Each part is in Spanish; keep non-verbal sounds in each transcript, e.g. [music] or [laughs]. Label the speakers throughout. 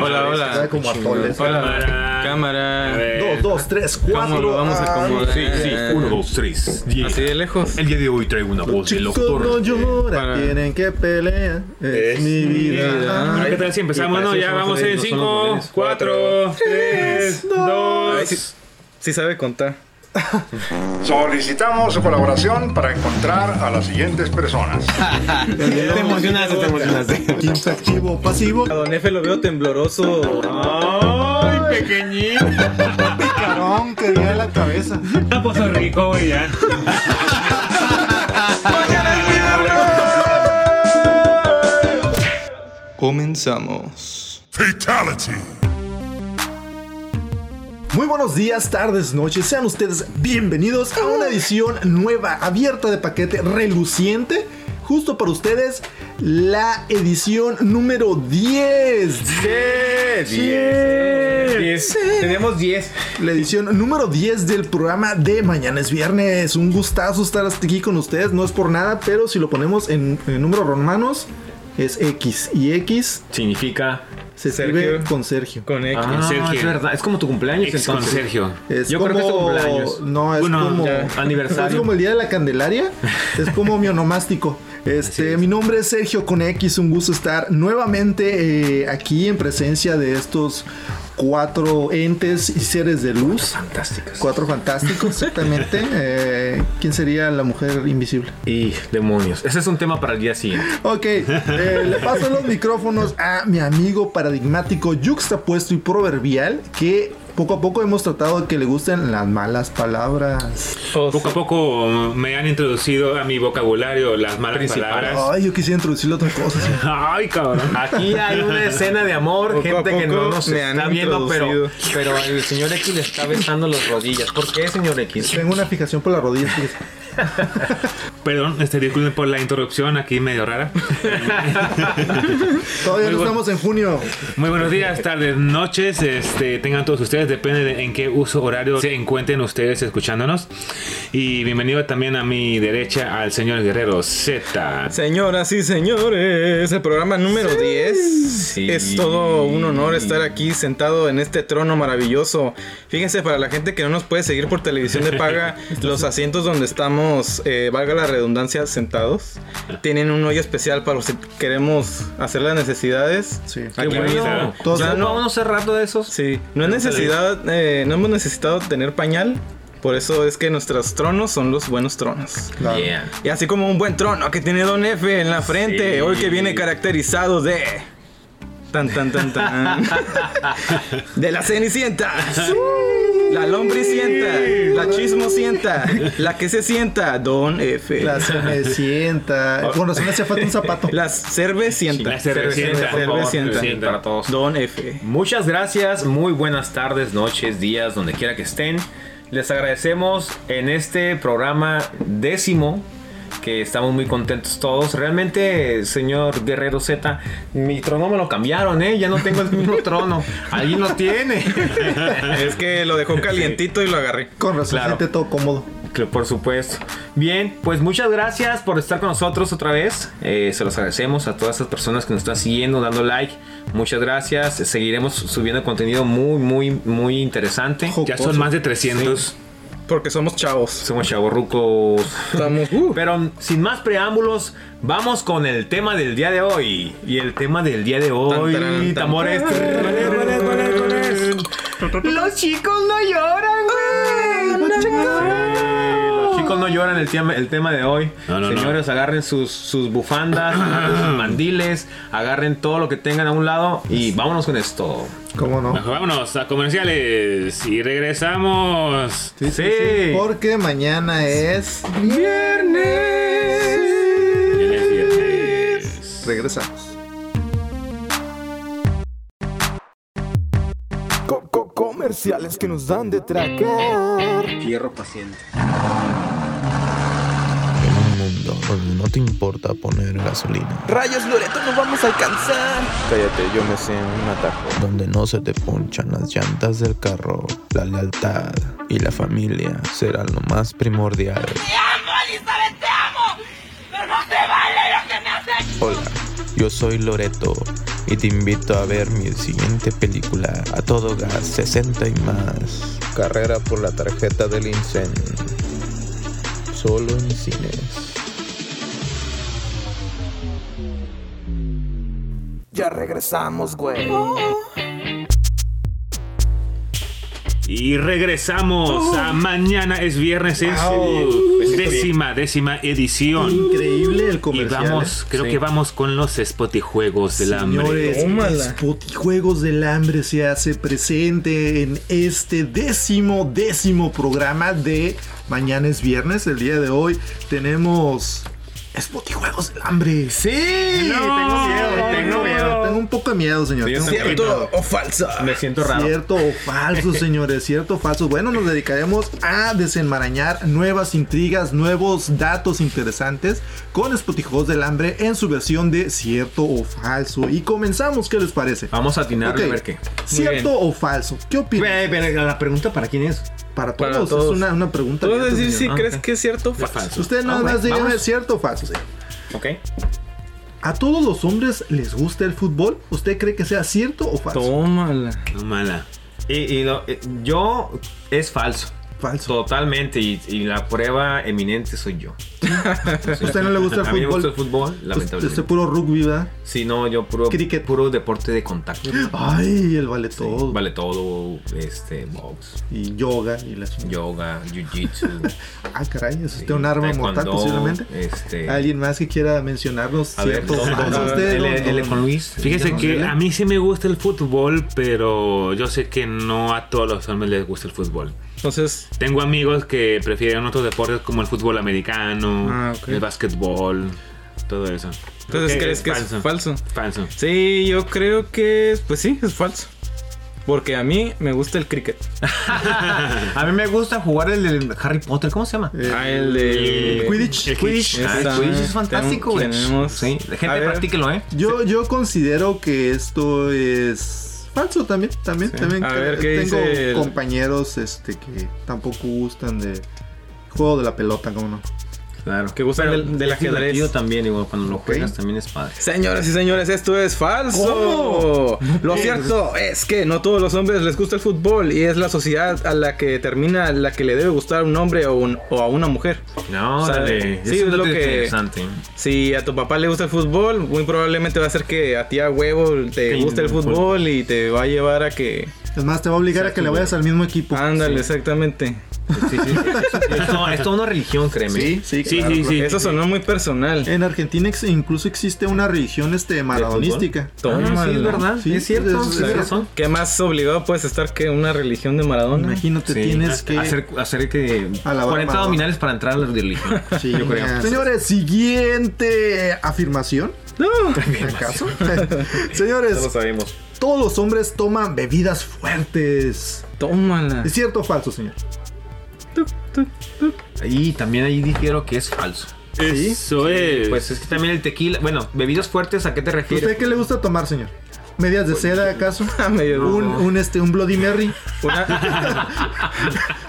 Speaker 1: Hola, hola.
Speaker 2: Sabe como atoles.
Speaker 1: Hola,
Speaker 3: Cámara. A
Speaker 1: cámara.
Speaker 2: Dos,
Speaker 3: ver.
Speaker 2: dos, tres, cuatro.
Speaker 1: ¿Cómo lo vamos a
Speaker 2: Ay,
Speaker 1: acomodar? Eh,
Speaker 4: Sí, sí, uno, dos, tres. diez.
Speaker 1: Así de lejos.
Speaker 4: El día de hoy traigo una voz de
Speaker 2: Chicos
Speaker 4: doctor.
Speaker 2: no lloran,
Speaker 1: Para-
Speaker 2: tienen que pelear. Es,
Speaker 3: Es
Speaker 2: mi vida. Ah,
Speaker 1: vida.
Speaker 3: Bueno,
Speaker 2: Ay,
Speaker 3: ah, ¿Qué tal si empezamos?
Speaker 1: Y para
Speaker 3: No,
Speaker 1: eso
Speaker 3: ya
Speaker 1: somos
Speaker 3: vamos
Speaker 1: tres,
Speaker 3: en
Speaker 1: no somos
Speaker 3: 5,
Speaker 1: modelos.
Speaker 3: 4, 3, 2.
Speaker 1: Sí sabe contar.
Speaker 5: Solicitamos su colaboración para encontrar a las siguientes personas.
Speaker 6: Te emocionaste, te emocionaste.
Speaker 2: quinto activo, pasivo.
Speaker 1: A Don Efe lo veo tembloroso.
Speaker 3: ¡Ay, pequeñito!
Speaker 2: Picarón, que diera la cabeza.
Speaker 3: Ah, pues soy rico, güey, ya.
Speaker 7: Comenzamos.
Speaker 2: Muy buenos días, tardes, noches. Sean ustedes bienvenidos a una edición nueva, abierta de paquete, reluciente. Justo para ustedes, la edición número 10.
Speaker 1: 10. Tenemos 10.
Speaker 2: La edición número 10 del programa de Mañana es Viernes. Un gustazo estar hasta aquí con ustedes. No es por nada, pero si lo ponemos en, en números romanos, es X. Y X
Speaker 8: Significa.
Speaker 2: se
Speaker 1: Sergio.
Speaker 2: escribe con Sergio.
Speaker 1: Con X.
Speaker 8: Ah,
Speaker 3: Sergio.
Speaker 8: es verdad. Es como tu cumpleaños
Speaker 3: Ex con
Speaker 8: entonces.
Speaker 3: Sergio.
Speaker 2: Es
Speaker 8: Yo creo que es cumpleaños.
Speaker 2: No, es
Speaker 3: Bueno,
Speaker 2: como.
Speaker 8: ya, aniversario.
Speaker 2: Es como el día de la Candelaria. Es como mi onomástico. Este, mi nombre es Sergio con X. Un gusto estar nuevamente eh, aquí en presencia de estos cuatro entes y seres de luz.
Speaker 8: Fantásticas.
Speaker 2: Cuatro fantásticos, exactamente. Eh, ¿Quién sería la mujer invisible?
Speaker 8: Y demonios. Ese es un tema para el día siguiente.
Speaker 2: Ok, eh, le paso los micrófonos a mi amigo paradigmático, yuxtapuesto y proverbial, que poco a poco hemos tratado de que le gusten las malas palabras.
Speaker 3: Poco a poco me han introducido a mi vocabulario las malas
Speaker 8: Principal. Oh.
Speaker 3: palabras.
Speaker 2: Ay, yo quisiera introducirle otra cosa. sí.
Speaker 3: Ay, cabrón.
Speaker 8: Aquí hay una escena de amor,
Speaker 1: Poco a
Speaker 8: gente que
Speaker 1: poco
Speaker 8: no nos
Speaker 1: me
Speaker 8: está
Speaker 1: han
Speaker 8: viendo, pero,
Speaker 1: introducido.
Speaker 8: pero el señor X le está besando las rodillas. ¿Por qué, señor X?
Speaker 2: Tengo una fijación por las rodillas. fíjese.
Speaker 3: Perdón, este, disculpen por la interrupción aquí medio rara.
Speaker 2: Todavía no
Speaker 3: Muy
Speaker 2: estamos en junio.
Speaker 3: Muy buenos días, tardes, noches. Este, tengan todos ustedes, depende de en qué uso horario se encuentren ustedes escuchándonos. Y bienvenido también a mi derecha al señor Guerrero Z.
Speaker 1: Señoras y señores, el programa número 10.
Speaker 8: Sí.
Speaker 1: Es todo un honor estar aquí sentado en este trono maravilloso. Fíjense, para la gente que no nos puede seguir por televisión de paga, los asientos donde estamos, eh, valga la redundancia, sentados, tienen un hoyo especial para los que queremos hacer las necesidades.
Speaker 2: Sí.
Speaker 1: Aquí
Speaker 3: bueno.
Speaker 1: mismo.
Speaker 2: Todos
Speaker 1: Ya
Speaker 2: son-
Speaker 1: no,
Speaker 8: Vamos a hacer rato de esos.
Speaker 1: sí, no es necesidad, eh, no hemos necesitado tener pañal. Por eso es que nuestros tronos son los buenos tronos.
Speaker 2: Claro.
Speaker 8: Yeah.
Speaker 1: Y así como un buen trono que tiene Don F en la frente,
Speaker 8: Sí.
Speaker 1: hoy que viene caracterizado de. Tan, tan, tan, tan. de la cenicienta. La lombricienta. La chismosienta. La que se sienta, Don F.
Speaker 2: La cenecienta. Con razón hacía falta un zapato.
Speaker 1: La cervecienta.
Speaker 3: La cervecienta, por favor,
Speaker 1: Cervecienta.
Speaker 3: cervecienta.
Speaker 8: Para todos.
Speaker 1: Don F.
Speaker 8: Muchas gracias, muy buenas tardes, noches, días, donde quiera que estén. Les agradecemos en este programa décimo que estamos muy contentos todos. Realmente, señor Guerrero Z, mi trono me lo cambiaron, ¿eh? Ya no tengo el mismo trono. Alguien lo tiene. [laughs]
Speaker 1: Es que lo dejó calientito y lo agarré.
Speaker 2: Con razón
Speaker 8: Claro.
Speaker 2: siente todo cómodo.
Speaker 8: Que Por supuesto. Bien, pues muchas gracias por estar con nosotros otra vez. Eh, se los agradecemos a todas esas personas que nos están siguiendo, dando like. Muchas gracias. Seguiremos subiendo contenido muy, muy, muy interesante.
Speaker 2: Jo-
Speaker 3: Ya son más de 300.
Speaker 1: Porque somos chavos.
Speaker 8: Pues Somos chavorrucos. [laughs]
Speaker 1: Estamos. uh,
Speaker 8: Pero sin más preámbulos, vamos con el tema del día de hoy. Y el tema del día de hoy,
Speaker 1: Tan, taran, tan.
Speaker 8: tambores. Los chicos no lloran, güey. Los chicos no, lloran el tema, el tema de hoy.
Speaker 3: No, no, no.
Speaker 8: Señores, agarren sus, sus bufandas, agarren sus mandiles, agarren todo lo que tengan a un lado y vámonos con esto.
Speaker 2: ¿Cómo no?
Speaker 3: Vámonos a comerciales y regresamos.
Speaker 8: Sí.
Speaker 2: Porque mañana es.
Speaker 3: Feliz viernes.
Speaker 2: Regresamos.
Speaker 6: comerciales que nos dan de tragar.
Speaker 8: Hierro paciente.
Speaker 9: En un mundo donde no te importa poner gasolina,
Speaker 6: Rayos, Loreto, no vamos a alcanzar.
Speaker 9: cállate, yo me sé un atajo. Donde no se te ponchan las llantas del carro, la lealtad y la familia serán lo más primordial. Hola, yo soy Loreto y te invito a ver mi siguiente película, A Todo Gas 60 y más. Carrera por la tarjeta del incendio. Solo en cines.
Speaker 6: Ya regresamos, güey.
Speaker 3: Y regresamos a mañana es viernes en su décima, décima edición.
Speaker 2: Increíble el
Speaker 3: Y
Speaker 2: comercial. ¿eh?
Speaker 3: vamos, creo que vamos con los Spotijuegos del hambre.
Speaker 2: Señores,
Speaker 1: Tómala.
Speaker 2: Spotify Juegos del Hambre se hace presente en este décimo, décimo programa de Mañana es Viernes. El día de hoy tenemos Spotify Juegos del Hambre. Sí,
Speaker 8: tengo miedo, tengo miedo.
Speaker 2: Tengo un poco de miedo, señor.
Speaker 8: Sí, yo
Speaker 2: Tengo
Speaker 8: también.
Speaker 1: ¿Cierto o falso?
Speaker 8: Me siento raro.
Speaker 2: Cierto o
Speaker 8: [laughs]
Speaker 2: falso, señores, cierto o falso. Bueno, nos dedicaremos a desenmarañar nuevas intrigas, nuevos datos interesantes con Espotijos del Hambre en su versión de cierto o falso. Y comenzamos, ¿qué les parece?
Speaker 8: Vamos a atinarle
Speaker 2: Ok.
Speaker 8: a ver qué.
Speaker 2: ¿Cierto o falso? ¿Qué opinas?
Speaker 8: Ve, ve, la pregunta para quién es.
Speaker 2: Para todos,
Speaker 1: Para todos.
Speaker 2: es una, una pregunta.
Speaker 1: Tú vas a
Speaker 2: abierta,
Speaker 1: decir
Speaker 2: señor.
Speaker 1: si
Speaker 8: Ah,
Speaker 1: crees
Speaker 8: ok.
Speaker 1: que es cierto o falso.
Speaker 8: Falso.
Speaker 2: Usted nada
Speaker 8: Ah,
Speaker 2: más
Speaker 8: bueno,
Speaker 2: dígame
Speaker 8: vamos.
Speaker 2: cierto o falso, señor.
Speaker 8: Ok.
Speaker 2: ¿A todos los hombres les gusta el fútbol? ¿Usted cree que sea cierto o falso?
Speaker 1: Tómala.
Speaker 3: No mala.
Speaker 8: Y, y lo- eh, yo es falso.
Speaker 2: Falso.
Speaker 8: Totalmente. Y, y la prueba eminente soy yo.
Speaker 2: ¿Usted no le gusta el
Speaker 8: [laughs] A mí me
Speaker 2: fútbol?
Speaker 8: gusta el fútbol,
Speaker 2: Este
Speaker 8: lamentablemente.
Speaker 2: puro rugby, ¿verdad?
Speaker 8: Si no, yo puro,
Speaker 2: Cricket.
Speaker 8: puro deporte de contacto.
Speaker 2: Ay, el vale
Speaker 8: Sí,
Speaker 2: todo.
Speaker 8: Vale todo, este, box,
Speaker 2: Y yoga y la chingada.
Speaker 8: yoga, jiu-jitsu.
Speaker 2: Ah, caray, es usted
Speaker 8: sí,
Speaker 2: un arma
Speaker 8: taekwondo,
Speaker 2: mortal posiblemente.
Speaker 8: Este,
Speaker 2: ¿Alguien más que quiera mencionarnos
Speaker 8: a ver, ah,
Speaker 2: cierto
Speaker 8: don-
Speaker 2: falso?
Speaker 8: don-
Speaker 2: Usted,
Speaker 8: L-
Speaker 2: don-
Speaker 8: L
Speaker 2: don-
Speaker 8: con Luis.
Speaker 3: Fíjese
Speaker 8: Díganos,
Speaker 3: que
Speaker 8: L.
Speaker 3: a mí sí me gusta el fútbol, pero yo sé que no a todos los hombres les gusta el fútbol.
Speaker 1: Entonces,
Speaker 3: Tengo amigos que prefieren otros deportes como el fútbol americano,
Speaker 1: Ah, ok.
Speaker 3: el básquetbol, todo eso.
Speaker 1: entonces
Speaker 3: Ok,
Speaker 1: crees que es falso.
Speaker 3: Falso.
Speaker 1: Sí, yo creo que es- pues sí, es falso. Porque a mí me gusta el cricket.
Speaker 8: A mí me gusta jugar el, del Harry Potter, ¿cómo se llama?
Speaker 2: Eh,
Speaker 1: ah, el de
Speaker 3: el
Speaker 2: Quidditch.
Speaker 3: El Quidditch.
Speaker 8: Ah,
Speaker 1: Está-
Speaker 8: el Quidditch es fantástico, güey.
Speaker 1: tenemos-
Speaker 8: Sí, la
Speaker 1: A
Speaker 8: gente
Speaker 1: ver.
Speaker 8: practíquelo, ¿eh?
Speaker 2: Yo, yo considero que esto es falso también, también, también.
Speaker 1: A
Speaker 2: que-
Speaker 1: ver, ¿qué
Speaker 2: tengo
Speaker 1: dice el-
Speaker 2: compañeros este que tampoco gustan de juego de la pelota, ¿cómo no?
Speaker 8: Claro.
Speaker 1: Que gustan del- del
Speaker 8: es divertido
Speaker 1: ajedrez.
Speaker 8: también, igual cuando lo
Speaker 2: Ok.
Speaker 8: juegas también es padre.
Speaker 1: Señoras y señores, esto es falso. Lo cierto es que no todos los hombres les gusta el fútbol y es la sociedad a la que determina la que le debe gustar a un hombre o, un- o a una mujer.
Speaker 8: No,
Speaker 1: O sea,
Speaker 8: dale.
Speaker 1: sí, es lo que-
Speaker 8: interesante.
Speaker 1: Si a tu papá le gusta el fútbol, muy probablemente va a ser que a ti a huevo te gusta el fútbol y te va a llevar a que...
Speaker 2: Es más, te va a obligar a que le vayas al mismo equipo.
Speaker 1: Ándale, exactamente.
Speaker 8: Sí, sí, sí. Esto, esto es una religión, créeme.
Speaker 2: Sí, sí, ¿Eh?
Speaker 3: Sí,
Speaker 2: claro.
Speaker 3: sí, sí.
Speaker 1: Eso sonó muy personal.
Speaker 2: En Argentina ex- incluso existe una religión este maradonística.
Speaker 8: Ah, sí,
Speaker 1: Tómala.
Speaker 8: es verdad.
Speaker 2: Sí,
Speaker 8: es cierto.
Speaker 2: es-
Speaker 8: sí,
Speaker 2: es-
Speaker 8: razón.
Speaker 1: ¿Qué más obligado puedes estar que una religión de Maradona?
Speaker 2: Imagínate, tienes que
Speaker 8: Ah, hacer, hacer que
Speaker 2: A la hora
Speaker 8: 40
Speaker 2: Maradona.
Speaker 8: abdominales para entrar a la [laughs] religión.
Speaker 2: Sí,
Speaker 8: yo creo.
Speaker 2: ya. [laughs] Señores, siguiente afirmación.
Speaker 1: No.
Speaker 2: ¿Acaso? [laughs] Señores,
Speaker 8: sabemos.
Speaker 2: todos los hombres toman bebidas fuertes.
Speaker 1: Tómala.
Speaker 2: ¿Es cierto o falso, señor?
Speaker 8: Y también ahí dijeron que es falso.
Speaker 3: Eso es.
Speaker 8: Pues es que también el tequila. Bueno, bebidas fuertes, ¿a qué te refieres?
Speaker 2: ¿Usted qué le gusta tomar, señor? ¿Medias de seda, acaso?
Speaker 1: Medio-
Speaker 2: Un, un, este, un Bloody Mary.
Speaker 1: [laughs] una-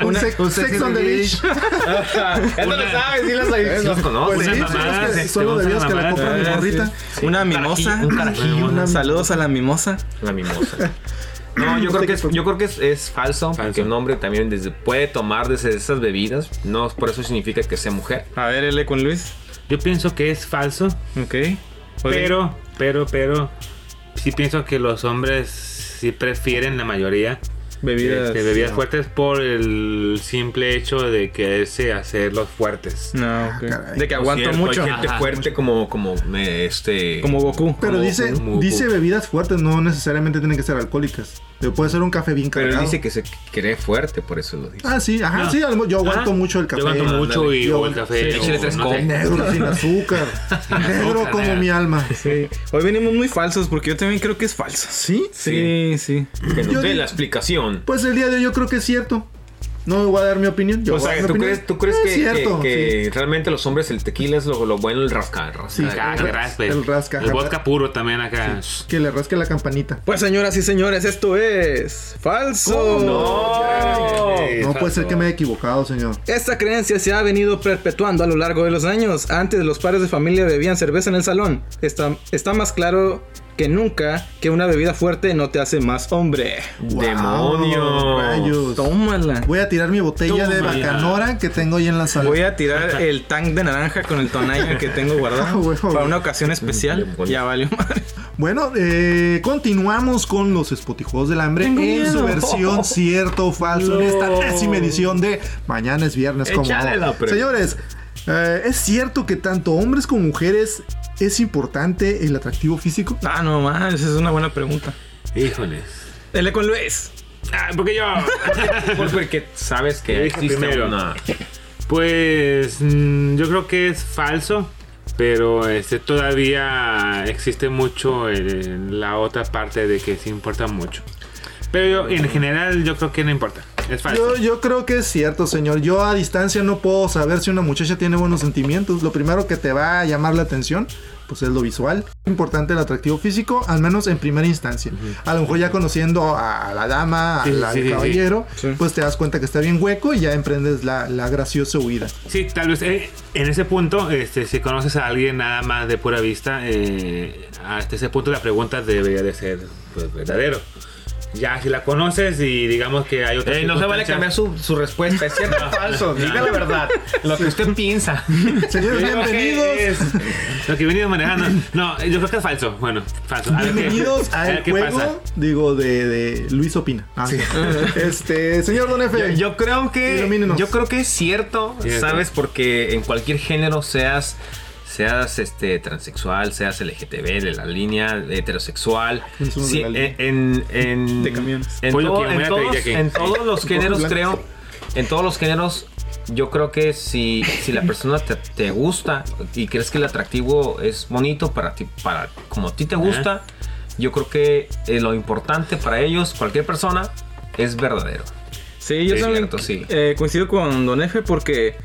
Speaker 2: Un,
Speaker 1: Una-
Speaker 2: sex,
Speaker 8: un
Speaker 2: sex
Speaker 8: sex
Speaker 2: on the
Speaker 8: on the
Speaker 2: beach.
Speaker 8: [laughs] Eso lo sabes, sí las sabes. Los conoces.
Speaker 2: Pues sí,
Speaker 3: unas
Speaker 2: sí, es
Speaker 3: mamadas,
Speaker 2: que
Speaker 3: este,
Speaker 2: son las
Speaker 3: unas
Speaker 2: bebidas que le
Speaker 3: mamadas.
Speaker 2: compran mi
Speaker 1: Ah, sí.
Speaker 2: morrita.
Speaker 1: una
Speaker 8: un
Speaker 1: mimosa.
Speaker 8: carajillo, un carajillo,
Speaker 1: Una
Speaker 8: una
Speaker 1: Saludos a la mimosa.
Speaker 8: La mimosa. No, yo creo que es, yo creo que es, es falso, porque un hombre también desde, puede tomar desde esas bebidas. No por eso significa que sea mujer.
Speaker 1: A ver, L con Luis.
Speaker 3: Yo pienso que es falso,
Speaker 1: Ok. Pues
Speaker 3: pero, pero, pero, sí pienso que los hombres sí prefieren la mayoría
Speaker 1: Bebidas.
Speaker 3: este, bebidas fuertes por el simple hecho de quererse hacerlos fuertes.
Speaker 1: No, ok.
Speaker 2: Ah, caray.
Speaker 1: De que aguanto
Speaker 8: Cierto,
Speaker 1: mucho.
Speaker 8: Hay gente
Speaker 3: Ajá.
Speaker 8: fuerte como, como eh, este.
Speaker 1: [laughs] Como Goku.
Speaker 2: Pero
Speaker 8: Como-
Speaker 2: dice,
Speaker 3: como-
Speaker 2: dice bebidas fuertes, no necesariamente tienen que ser alcohólicas. Le Puede ser un café bien
Speaker 8: pero
Speaker 2: cargado.
Speaker 8: él dice que se cree fuerte, por eso lo dice.
Speaker 2: Ah, sí, ajá,
Speaker 3: No.
Speaker 2: sí, a lo mejor yo aguanto
Speaker 3: Ajá.
Speaker 2: mucho el café.
Speaker 3: Yo aguanto mucho y
Speaker 2: Yo
Speaker 3: o el
Speaker 2: aguanto-
Speaker 3: café.
Speaker 8: sí,
Speaker 3: o
Speaker 8: échale tres
Speaker 3: sé.
Speaker 8: copas.
Speaker 2: Negro sin azúcar. Negro
Speaker 3: azúcar,
Speaker 2: como
Speaker 3: negro.
Speaker 2: mi alma.
Speaker 1: Hoy venimos muy falsos porque yo también creo que es falso.
Speaker 2: ¿Sí?
Speaker 1: Sí, sí.
Speaker 8: Que
Speaker 2: Yo
Speaker 8: nos dé
Speaker 2: digo-
Speaker 8: la explicación.
Speaker 2: Pues el día de hoy yo creo que es cierto. No me voy a dar mi opinión. Yo
Speaker 8: o
Speaker 2: voy a
Speaker 8: sea,
Speaker 2: dar mi
Speaker 8: ¿tú
Speaker 2: opinión.
Speaker 8: crees, tú crees
Speaker 2: Es
Speaker 8: que,
Speaker 2: cierto,
Speaker 8: que- que
Speaker 2: sí.
Speaker 8: realmente los hombres el tequila es lo, lo bueno, el rascar?
Speaker 2: Sí.
Speaker 3: Ah,
Speaker 2: El
Speaker 3: que raspe.
Speaker 2: el rasca,
Speaker 3: El
Speaker 2: ajá.
Speaker 3: vodka puro también acá.
Speaker 2: Que le rasque la campanita.
Speaker 1: Pues señoras y señores, esto es falso.
Speaker 8: Oh,
Speaker 2: No puede ser que me haya equivocado, señor.
Speaker 1: Esta creencia se ha venido perpetuando a lo largo de los años. Antes los padres de familia bebían cerveza en el salón. Está, está más claro que nunca que una bebida fuerte no te hace más hombre.
Speaker 2: Wow,
Speaker 8: Demonios.
Speaker 2: rayos.
Speaker 1: Tómala.
Speaker 2: Voy a tirar mi botella de
Speaker 3: Toma ya.
Speaker 2: bacanora que tengo ahí en la sala.
Speaker 1: Voy a tirar el tank de naranja con el tonalla que tengo guardado
Speaker 2: Huevo,
Speaker 1: para
Speaker 2: güey.
Speaker 1: una ocasión especial. Ya valió madre.
Speaker 2: Bueno, eh, continuamos con los Spotijuegos del Hambre
Speaker 1: Tengo
Speaker 2: en su
Speaker 1: miedo.
Speaker 2: versión cierto o falso en esta décima edición de Mañana es Viernes. Como
Speaker 3: Échale
Speaker 2: no.
Speaker 3: la pre-
Speaker 2: Señores, eh, ¿es cierto que tanto hombres como mujeres es importante el atractivo físico?
Speaker 1: Ah, no mames, esa es una buena pregunta.
Speaker 3: Híjoles.
Speaker 1: Dele con Luis.
Speaker 3: Ah, porque yo. [laughs]
Speaker 8: Pues porque sabes
Speaker 3: Yo
Speaker 8: que
Speaker 3: dije
Speaker 8: existe
Speaker 3: primero.
Speaker 8: una.
Speaker 3: Pues mm, yo creo que es falso, pero este todavía existe mucho el- la otra parte de que sí importa mucho. Pero yo, en general yo creo que no importa. Es falso.
Speaker 2: Yo, yo creo que es cierto, señor. Yo a distancia no puedo saber si una muchacha tiene buenos sentimientos. Lo primero que te va a llamar la atención, pues es lo visual. Es importante el atractivo físico, al menos en primera instancia. A lo mejor ya conociendo a la dama,
Speaker 3: Sí,
Speaker 2: al al
Speaker 3: sí, sí, sí.
Speaker 2: caballero,
Speaker 1: Sí.
Speaker 2: pues te das cuenta que está bien hueco y ya emprendes la, la graciosa huida.
Speaker 3: Sí, tal vez eh, en ese punto, este, si conoces a alguien nada más de pura vista, eh, hasta ese punto la pregunta debería de ser pues, verdadero. Ya si la conoces y digamos que hay otra
Speaker 8: Eh, no se vale cambiar su, su respuesta. Es cierto o falso. Diga la verdad. Lo que usted piensa.
Speaker 2: Señores, bienvenidos.
Speaker 3: Lo que he venido manejando. No, yo creo que es falso. Bueno, falso. A ver qué-
Speaker 2: Bienvenidos
Speaker 3: a ver
Speaker 2: al
Speaker 3: qué
Speaker 2: juego,
Speaker 3: pasa.
Speaker 2: digo, de, de Luis Opina. Ah, sí. Este, señor Don Efe.
Speaker 8: Yo, yo creo que
Speaker 2: Ilumínenos.
Speaker 8: yo creo que es cierto,
Speaker 3: Cierto.
Speaker 8: ¿sabes? Porque en cualquier género seas seas este transexual, seas LGTB de la línea heterosexual,
Speaker 2: No somos
Speaker 8: sí,
Speaker 2: de la
Speaker 8: en,
Speaker 2: línea.
Speaker 8: en, en-
Speaker 1: De camiones.
Speaker 8: en
Speaker 3: Pollo
Speaker 8: todo-
Speaker 3: que
Speaker 8: en
Speaker 3: humea,
Speaker 8: todos,
Speaker 3: que- que-
Speaker 8: en
Speaker 2: [laughs]
Speaker 8: todos los géneros
Speaker 2: Blanco.
Speaker 8: creo, en todos los géneros yo creo que si, si la persona te, te gusta y crees que el atractivo es bonito para ti, para como a ti te gusta, yo creo que eh, lo importante para ellos, cualquier persona, es verdadero.
Speaker 1: Sí, yo
Speaker 8: Sí,
Speaker 1: también
Speaker 8: cierto, sí.
Speaker 1: eh, coincido con Don Efe porque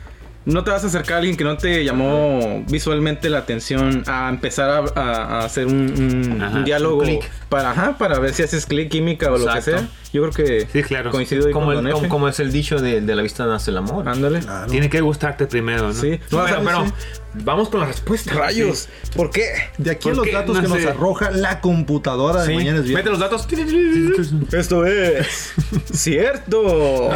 Speaker 1: no te vas a acercar a alguien que no te llamó visualmente la atención a empezar a, a- a hacer un, un- un
Speaker 3: Ajá,
Speaker 1: diálogo
Speaker 8: un clic.
Speaker 1: para ajá, para ver si haces clic química o lo que
Speaker 8: Exacto.
Speaker 1: sea. Yo creo que
Speaker 3: Sí, claro.
Speaker 1: coincido ahí
Speaker 8: como,
Speaker 1: con Ah,
Speaker 8: el-
Speaker 1: Don Efe.
Speaker 8: como- como es el dicho de, de la vista nace el amor.
Speaker 1: Ándale.
Speaker 3: Tiene que gustarte primero, ¿no?
Speaker 1: Sí. No,
Speaker 8: Bueno,
Speaker 1: ¿sabes?
Speaker 8: pero
Speaker 1: Sí.
Speaker 8: vamos con la respuesta.
Speaker 1: Rayos, ¿por qué?
Speaker 2: De aquí a
Speaker 3: ¿Por
Speaker 2: los
Speaker 3: qué?
Speaker 2: datos
Speaker 3: pues No
Speaker 2: que nos
Speaker 3: sé.
Speaker 2: arroja la computadora de
Speaker 8: Sí.
Speaker 2: mañana es
Speaker 8: Mete
Speaker 2: viernes.
Speaker 8: los datos.
Speaker 1: Esto es [laughs] cierto.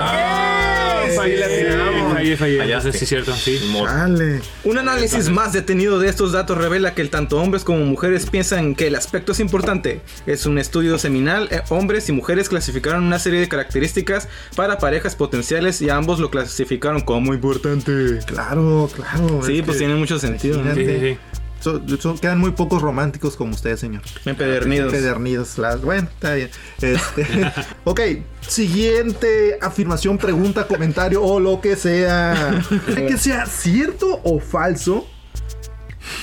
Speaker 3: Fallé, fallé, fallé.
Speaker 8: Fallaste.
Speaker 3: Entonces sí es cierto, sí.
Speaker 2: Ah. Dale.
Speaker 1: Un análisis más detenido de estos datos revela que el tanto hombres como mujeres piensan que el aspecto es importante. Es un estudio seminal. eh, Hombres y mujeres clasificaron una serie de características para parejas potenciales y ambos lo clasificaron como importante.
Speaker 2: Claro, claro.
Speaker 1: Sí,
Speaker 2: es
Speaker 1: pues
Speaker 2: que
Speaker 1: tiene mucho sentido. ¿no?
Speaker 2: imagínate.
Speaker 3: Sí, sí, sí.
Speaker 2: so- so- quedan muy pocos románticos como ustedes, señor.
Speaker 1: Empedernidos.
Speaker 2: Pedernidos. bueno, está bien. Este, [laughs] ok, siguiente afirmación, pregunta, comentario o lo que sea. que sea cierto o falso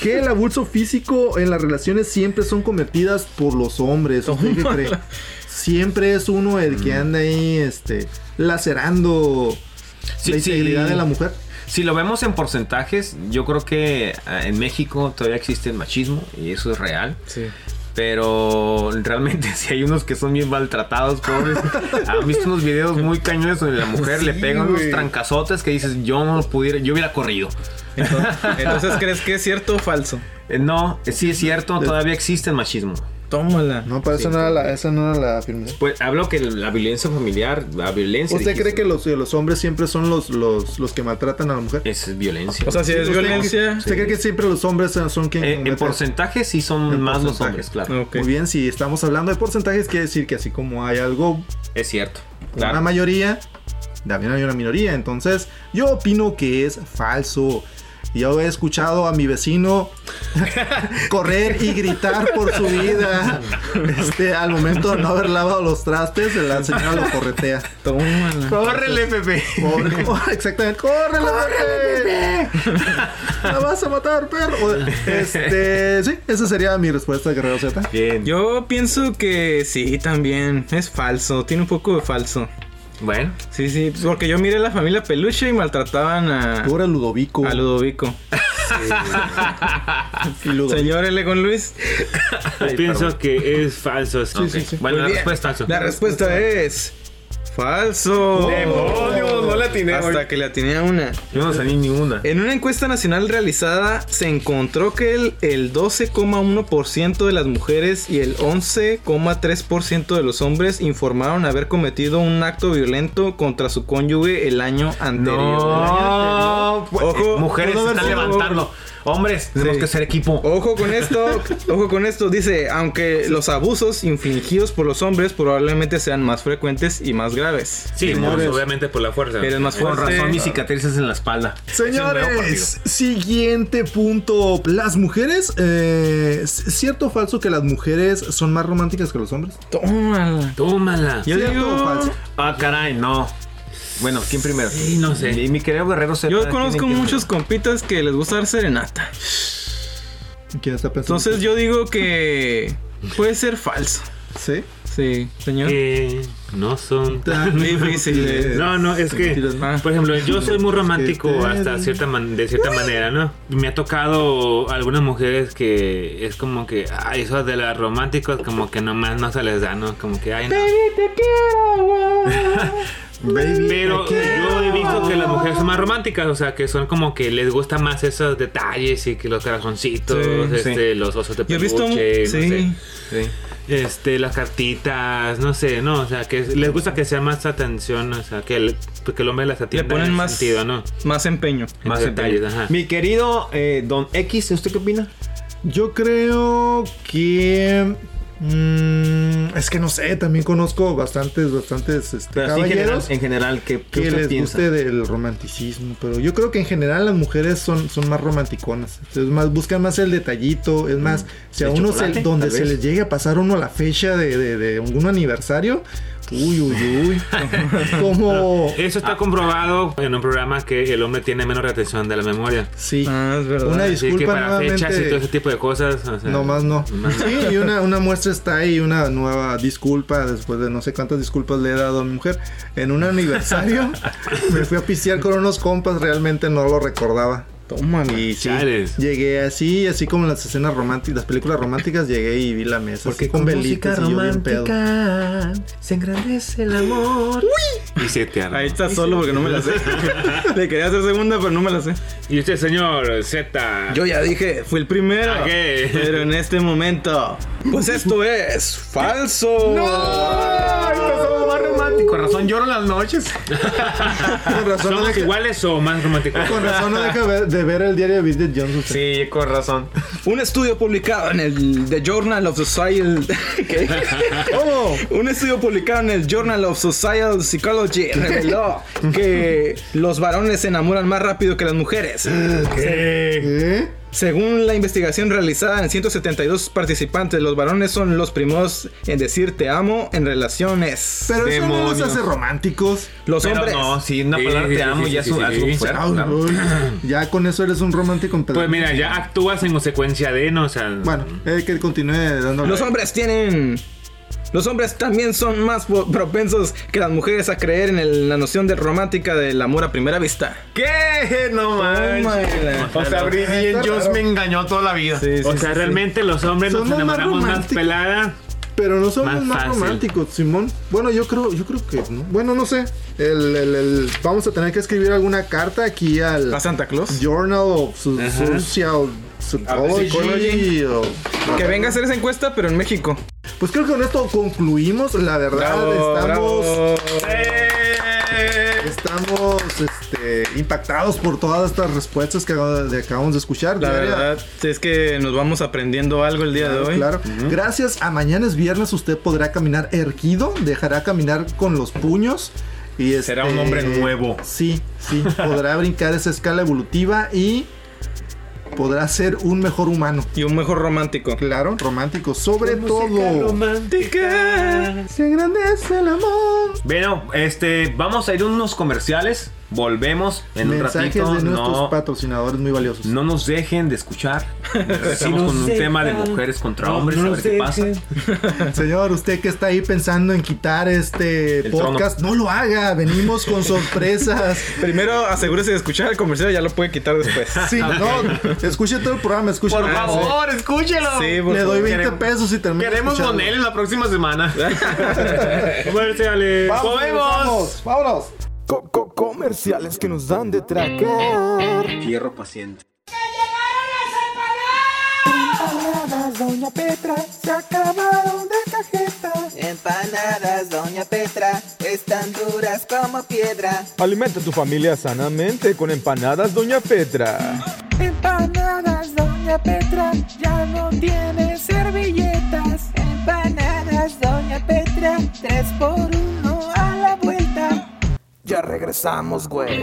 Speaker 2: que el abuso físico en las relaciones siempre son cometidas por los hombres. ¿Usted qué cree? Siempre es uno el que anda ahí este, lacerando
Speaker 8: Sí,
Speaker 2: la integridad
Speaker 8: sí.
Speaker 2: de la mujer.
Speaker 8: Si lo vemos en porcentajes, yo creo que ah, en México todavía existe el machismo y eso es real.
Speaker 1: Sí.
Speaker 8: Pero realmente [laughs] si hay unos que son bien maltratados, pobres. Han visto unos videos muy cañones donde la mujer le pega unos trancazotes que dices, yo no pudiera, yo hubiera corrido.
Speaker 1: Entonces, entonces, ¿crees que es cierto o falso?
Speaker 8: Eh, No, eh, sí es cierto, todavía existe el machismo.
Speaker 1: Tómala.
Speaker 2: No, pero esa, no era la, esa no era la afirmación.
Speaker 8: Pues hablo que la violencia familiar, la violencia.
Speaker 2: ¿Usted cree
Speaker 8: dijiste.
Speaker 2: que los, los hombres siempre son los, los, los que maltratan a la mujer?
Speaker 8: Esa es violencia.
Speaker 1: O sea, si es
Speaker 2: ¿Usted cree que-
Speaker 1: violencia.
Speaker 2: ¿Usted cree que siempre los hombres son son
Speaker 8: Eh,
Speaker 2: quienes
Speaker 8: en
Speaker 2: cometen?
Speaker 8: porcentaje sí son
Speaker 2: En
Speaker 8: más los
Speaker 2: porcentaje.
Speaker 8: hombres, claro.
Speaker 1: Ah, Ok.
Speaker 2: Muy bien, si estamos hablando de porcentajes, quiere decir que así como hay algo,
Speaker 8: Es cierto.
Speaker 2: una
Speaker 8: Claro.
Speaker 2: mayoría, también hay una minoría. Entonces, yo opino que es falso. Yo he escuchado a mi vecino [laughs] correr y gritar por
Speaker 1: [laughs]
Speaker 2: su vida. Este, al momento de no haber lavado los trastes, la señora lo corretea.
Speaker 1: Tómala.
Speaker 8: Córrele, Pepe.
Speaker 2: Corre, corre, exactamente. ¡Corre, la ¡La vas a matar, perro! Este, sí, esa sería mi respuesta, Guerrero Z.
Speaker 8: Bien.
Speaker 1: Yo pienso que sí, también. Es falso. Tiene un poco de falso.
Speaker 3: [laughs]
Speaker 8: Bueno,
Speaker 1: Sí, sí. pues, Porque yo miré la familia Peluche y maltrataban a.
Speaker 2: Pobre Ludovico.
Speaker 3: Ah,
Speaker 1: A Ludovico.
Speaker 2: Ludovico.
Speaker 1: Señor L. con Luis.
Speaker 3: Yo pienso que es falso. Sí,
Speaker 8: ok. bueno, la respuesta.
Speaker 1: La respuesta es Falso.
Speaker 8: ¡Demonios! No la atiné, güey.
Speaker 1: Hasta que la tenía una.
Speaker 8: Yo no salí ni una.
Speaker 1: En una encuesta nacional realizada se encontró que el, el 12,1% de las mujeres y el 11,3% de los hombres informaron haber cometido un acto violento contra su cónyuge el año anterior.
Speaker 8: No, pues,
Speaker 1: Ojo,
Speaker 8: mujeres se
Speaker 1: pudo haber
Speaker 8: están
Speaker 1: sido-
Speaker 8: levantando. Hombres, tenemos
Speaker 1: Sí. Oh,
Speaker 8: que ser equipo.
Speaker 1: Ojo con esto, ojo con esto, dice, aunque los abusos infligidos por los hombres probablemente sean más frecuentes y más graves.
Speaker 3: Sí, pues, obviamente por la fuerza.
Speaker 1: Eres más
Speaker 8: Con
Speaker 1: fuerte.
Speaker 8: razón, mis cicatrices en la espalda.
Speaker 2: Señores, siguiente punto. Las mujeres, eh, ¿es ¿cierto o falso que las mujeres son más románticas que los hombres?
Speaker 1: Tómala.
Speaker 3: Tómala.
Speaker 1: Yo
Speaker 2: ¿Cierto o
Speaker 1: digo,
Speaker 2: falso?
Speaker 8: Ah, caray, no. Bueno, ¿quién primero?
Speaker 3: Sí, no sé.
Speaker 8: Mi, mi querido guerrero se
Speaker 1: yo conozco muchos compitas que les gusta dar serenata.
Speaker 2: ¿Quién está pensando?
Speaker 1: Entonces yo digo que puede ser falso.
Speaker 2: ¿Sí?
Speaker 1: Sí, señor.
Speaker 3: Que no son tan
Speaker 1: difíciles.
Speaker 3: Eh, [laughs] No, no, es que, pues
Speaker 1: Ah.
Speaker 3: por ejemplo, yo soy muy romántico hasta cierta man- de cierta manera, ¿no? Me ha tocado algunas mujeres que es como que, ay, eso de las románticas, como que nomás no se les da, ¿no? Como que, ay, no. Pero yo he visto que las mujeres son más románticas, o sea, que son como que les gusta más esos detalles y que los corazoncitos,
Speaker 1: Sí, sí.
Speaker 3: este, los osos de
Speaker 1: Yo he
Speaker 3: peluche,
Speaker 1: visto... mu-
Speaker 3: no sé
Speaker 1: Sí.
Speaker 3: este, las cartitas, no sé, no, o sea, que les gusta que sea más atención, o sea, que el, que el hombre las
Speaker 1: Le
Speaker 3: atienda
Speaker 1: ponen
Speaker 3: en ese
Speaker 1: más,
Speaker 3: sentido, ¿no?
Speaker 1: más empeño.
Speaker 8: Más
Speaker 3: detalles,
Speaker 8: detalles,
Speaker 3: ajá.
Speaker 8: Mi querido eh, Don X, ¿usted qué opina?
Speaker 2: Yo creo que. mm, es que no sé, también conozco bastantes, bastantes este,
Speaker 8: Pero así en general,
Speaker 2: caballeros
Speaker 8: en general, ¿qué, qué
Speaker 2: que
Speaker 8: usted
Speaker 2: les
Speaker 8: piensa?
Speaker 2: guste del romanticismo. Pero yo creo que en general las mujeres son, son más romanticonas. Es más, buscan más el detallito. Es más, si a
Speaker 8: ¿El
Speaker 2: uno se,
Speaker 8: Mm, chocolate,
Speaker 2: donde
Speaker 8: tal
Speaker 2: se
Speaker 8: vez?
Speaker 2: les llegue a pasar uno la fecha de, de, de algún aniversario. Uy, uy,
Speaker 8: [laughs]
Speaker 2: uy. Como.
Speaker 3: Eso está comprobado en un programa que el hombre tiene menos retención de la memoria.
Speaker 2: Sí.
Speaker 1: Ah, es verdad.
Speaker 2: Una
Speaker 3: Así que
Speaker 2: disculpa
Speaker 3: para fechas y todo ese
Speaker 2: nuevamente.
Speaker 3: tipo de cosas, o sea,
Speaker 2: No más no.
Speaker 3: nomás no.
Speaker 2: Sí, y una, una muestra está ahí, una nueva disculpa después de no sé cuántas disculpas le he dado a mi mujer. En un
Speaker 8: [laughs]
Speaker 2: aniversario me fui a pistear con unos compas, realmente no lo recordaba.
Speaker 1: Tómala.
Speaker 2: Y sí,
Speaker 3: Chales.
Speaker 2: llegué así, así como en las escenas románticas, las películas románticas, llegué y vi la mesa. así con, velitas y yo bien pedo.
Speaker 8: se engrandece el amor.
Speaker 3: Y se te arma.
Speaker 1: Ahí está solo porque no me la sé. [laughs] Le quería hacer segunda, pero no me la sé.
Speaker 3: Y usted, señor Z.
Speaker 1: Yo ya dije, fui el primero.
Speaker 3: ¿A qué?
Speaker 1: Pero en este momento. Pues esto es falso.
Speaker 8: somos más románticos. Con razón lloro las noches.
Speaker 2: Con razón, no
Speaker 3: ¿Somos
Speaker 2: deja,
Speaker 3: iguales o más románticos?
Speaker 2: con razón no deja ver- de ver el diario de Bridget Jones. usted.
Speaker 8: Sí, con razón.
Speaker 1: Un estudio publicado en el The Journal of Social. [laughs] ¿Qué?
Speaker 8: Oh.
Speaker 2: ¿Cómo?
Speaker 1: Un estudio publicado en el Journal of Social Psychology reveló que los varones se enamoran más rápido que las mujeres.
Speaker 2: ¿Eh?
Speaker 1: Según la investigación realizada en 172 participantes, los varones son los primeros en decir te amo en relaciones.
Speaker 2: Pero eso no nos
Speaker 8: Demonios.
Speaker 2: hace románticos.
Speaker 1: Los
Speaker 8: Pero
Speaker 1: hombres.
Speaker 8: no, si una
Speaker 3: Sí,
Speaker 8: palabra
Speaker 3: sí,
Speaker 8: te
Speaker 3: sí,
Speaker 8: amo
Speaker 3: sí,
Speaker 8: ya
Speaker 3: sí,
Speaker 8: es
Speaker 3: sí,
Speaker 8: un-
Speaker 3: sí.
Speaker 8: es un fuera,
Speaker 2: Ay,
Speaker 8: claro.
Speaker 2: uy, Ya con eso eres un romántico. empedernido.
Speaker 3: Pues mira, ya actúas en consecuencia de, ¿no? O sea,
Speaker 2: Bueno, eh, que continúe dando.
Speaker 1: Los hombres tienen. Los hombres también son más po- propensos que las mujeres a creer en el- la noción de romántica del amor a primera vista.
Speaker 8: ¿Qué?
Speaker 2: Oh,
Speaker 8: No
Speaker 1: Tómala.
Speaker 8: manches. O sea, Bridget Jones me engañó toda la vida.
Speaker 3: o sea, realmente los hombres nos
Speaker 2: Somos más
Speaker 3: enamoramos más
Speaker 2: románticos.
Speaker 3: pelada.
Speaker 2: Pero no somos
Speaker 3: Más
Speaker 2: más,
Speaker 3: fácil.
Speaker 2: románticos, Simón. Bueno, yo creo, yo creo que no. Bueno, no sé. El, el- el- vamos a tener que escribir alguna carta aquí al
Speaker 1: ¿A Santa Claus?
Speaker 2: Journal of Su- Social Psychology. o-
Speaker 1: Que venga a hacer esa encuesta, pero en México.
Speaker 2: Pues creo que con esto concluimos. La verdad, estamos.
Speaker 1: bravo. Eh,
Speaker 2: Estamos este, impactados por todas estas respuestas que acab- de- acabamos de escuchar.
Speaker 1: La
Speaker 2: Diaria-
Speaker 1: verdad es que nos vamos aprendiendo algo el día de
Speaker 2: Claro,
Speaker 1: hoy.
Speaker 2: claro. Gracias a mañana es viernes, usted podrá caminar erguido, dejará caminar con los puños. Y
Speaker 8: Será
Speaker 2: este,
Speaker 8: un hombre nuevo.
Speaker 2: Sí, sí.
Speaker 8: [laughs]
Speaker 2: Podrá brincar esa escala evolutiva y podrá ser un mejor humano.
Speaker 1: Y un mejor romántico.
Speaker 2: Claro, romántico. Sobre todo.
Speaker 3: Romántica.
Speaker 2: Se engrandece el amor.
Speaker 8: Bueno, este, vamos a ir a unos comerciales Volvemos en
Speaker 2: Mensajes
Speaker 8: un ratito.
Speaker 2: de nuestros
Speaker 8: no,
Speaker 2: patrocinadores muy valiosos.
Speaker 8: no nos dejen de escuchar. [laughs] Estamos con un tema de mujeres contra hombres, a ver qué pasa.
Speaker 2: [laughs] Señor, usted que está ahí pensando en quitar este
Speaker 8: El
Speaker 2: podcast, no lo haga. Venimos
Speaker 8: [laughs]
Speaker 2: con sorpresas.
Speaker 1: Primero asegúrese de escuchar el comercial, ya lo puede quitar
Speaker 2: [laughs]
Speaker 1: después. [laughs]
Speaker 2: Sí, no, escuche todo el programa, escuche.
Speaker 8: Por
Speaker 2: el programa.
Speaker 8: favor, escúchelo.
Speaker 1: Sí, por
Speaker 2: Le doy
Speaker 1: favor.
Speaker 2: 20
Speaker 8: Queremos-
Speaker 2: pesos y termino.
Speaker 8: Queremos
Speaker 2: escuchando.
Speaker 8: con él la próxima semana.
Speaker 3: [laughs] Comerciales.
Speaker 2: Vamos,
Speaker 8: ¡Comemos!
Speaker 2: regresamos, ¡Vámonos!
Speaker 6: Co- co- comerciales que nos dan de tragar.
Speaker 8: Hierro paciente.
Speaker 6: Empanadas Doña Petra se acabaron de cajeta.
Speaker 10: Empanadas, Doña Petra, están duras como piedra.
Speaker 6: Alimenta tu familia sanamente con empanadas Doña Petra.
Speaker 10: Empanadas, Doña Petra, ya no tiene servilletas. Empanadas, Doña Petra, tres por uno a la vuelta.
Speaker 6: Ya regresamos, güey.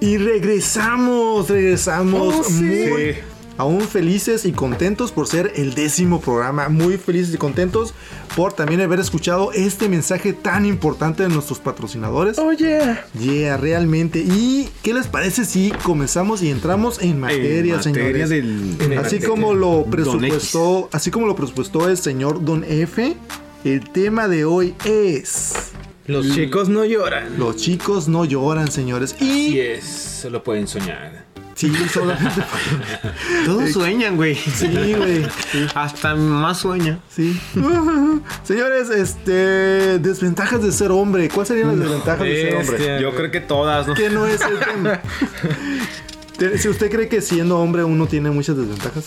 Speaker 2: Y regresamos, regresamos
Speaker 6: Oh, sí.
Speaker 2: muy
Speaker 1: Sí.
Speaker 2: aún felices y contentos por ser el décimo programa. Muy felices y contentos por también haber escuchado este mensaje tan importante de nuestros patrocinadores.
Speaker 6: Oye.
Speaker 2: Yeah, realmente. ¿Y qué les parece si comenzamos y entramos en materia, señores? así como lo presupuestó, así como lo presupuestó el señor Don F, el tema de hoy es
Speaker 1: Los chicos no lloran.
Speaker 2: los chicos no lloran, señores.
Speaker 3: Y
Speaker 2: Y
Speaker 3: es, solo pueden soñar.
Speaker 2: sí,
Speaker 8: [laughs]
Speaker 2: solamente-
Speaker 8: Todos sueñan, güey.
Speaker 2: sí, güey.
Speaker 8: Hasta mi mamá sueña.
Speaker 2: Sí. [laughs] Señores, este. Desventajas de ser hombre. ¿Cuáles serían las desventajas de ser hombre?
Speaker 1: Bestia.
Speaker 8: Yo creo que todas, ¿no?
Speaker 2: Que no es el tema. Te- Si usted cree que siendo hombre uno tiene muchas desventajas.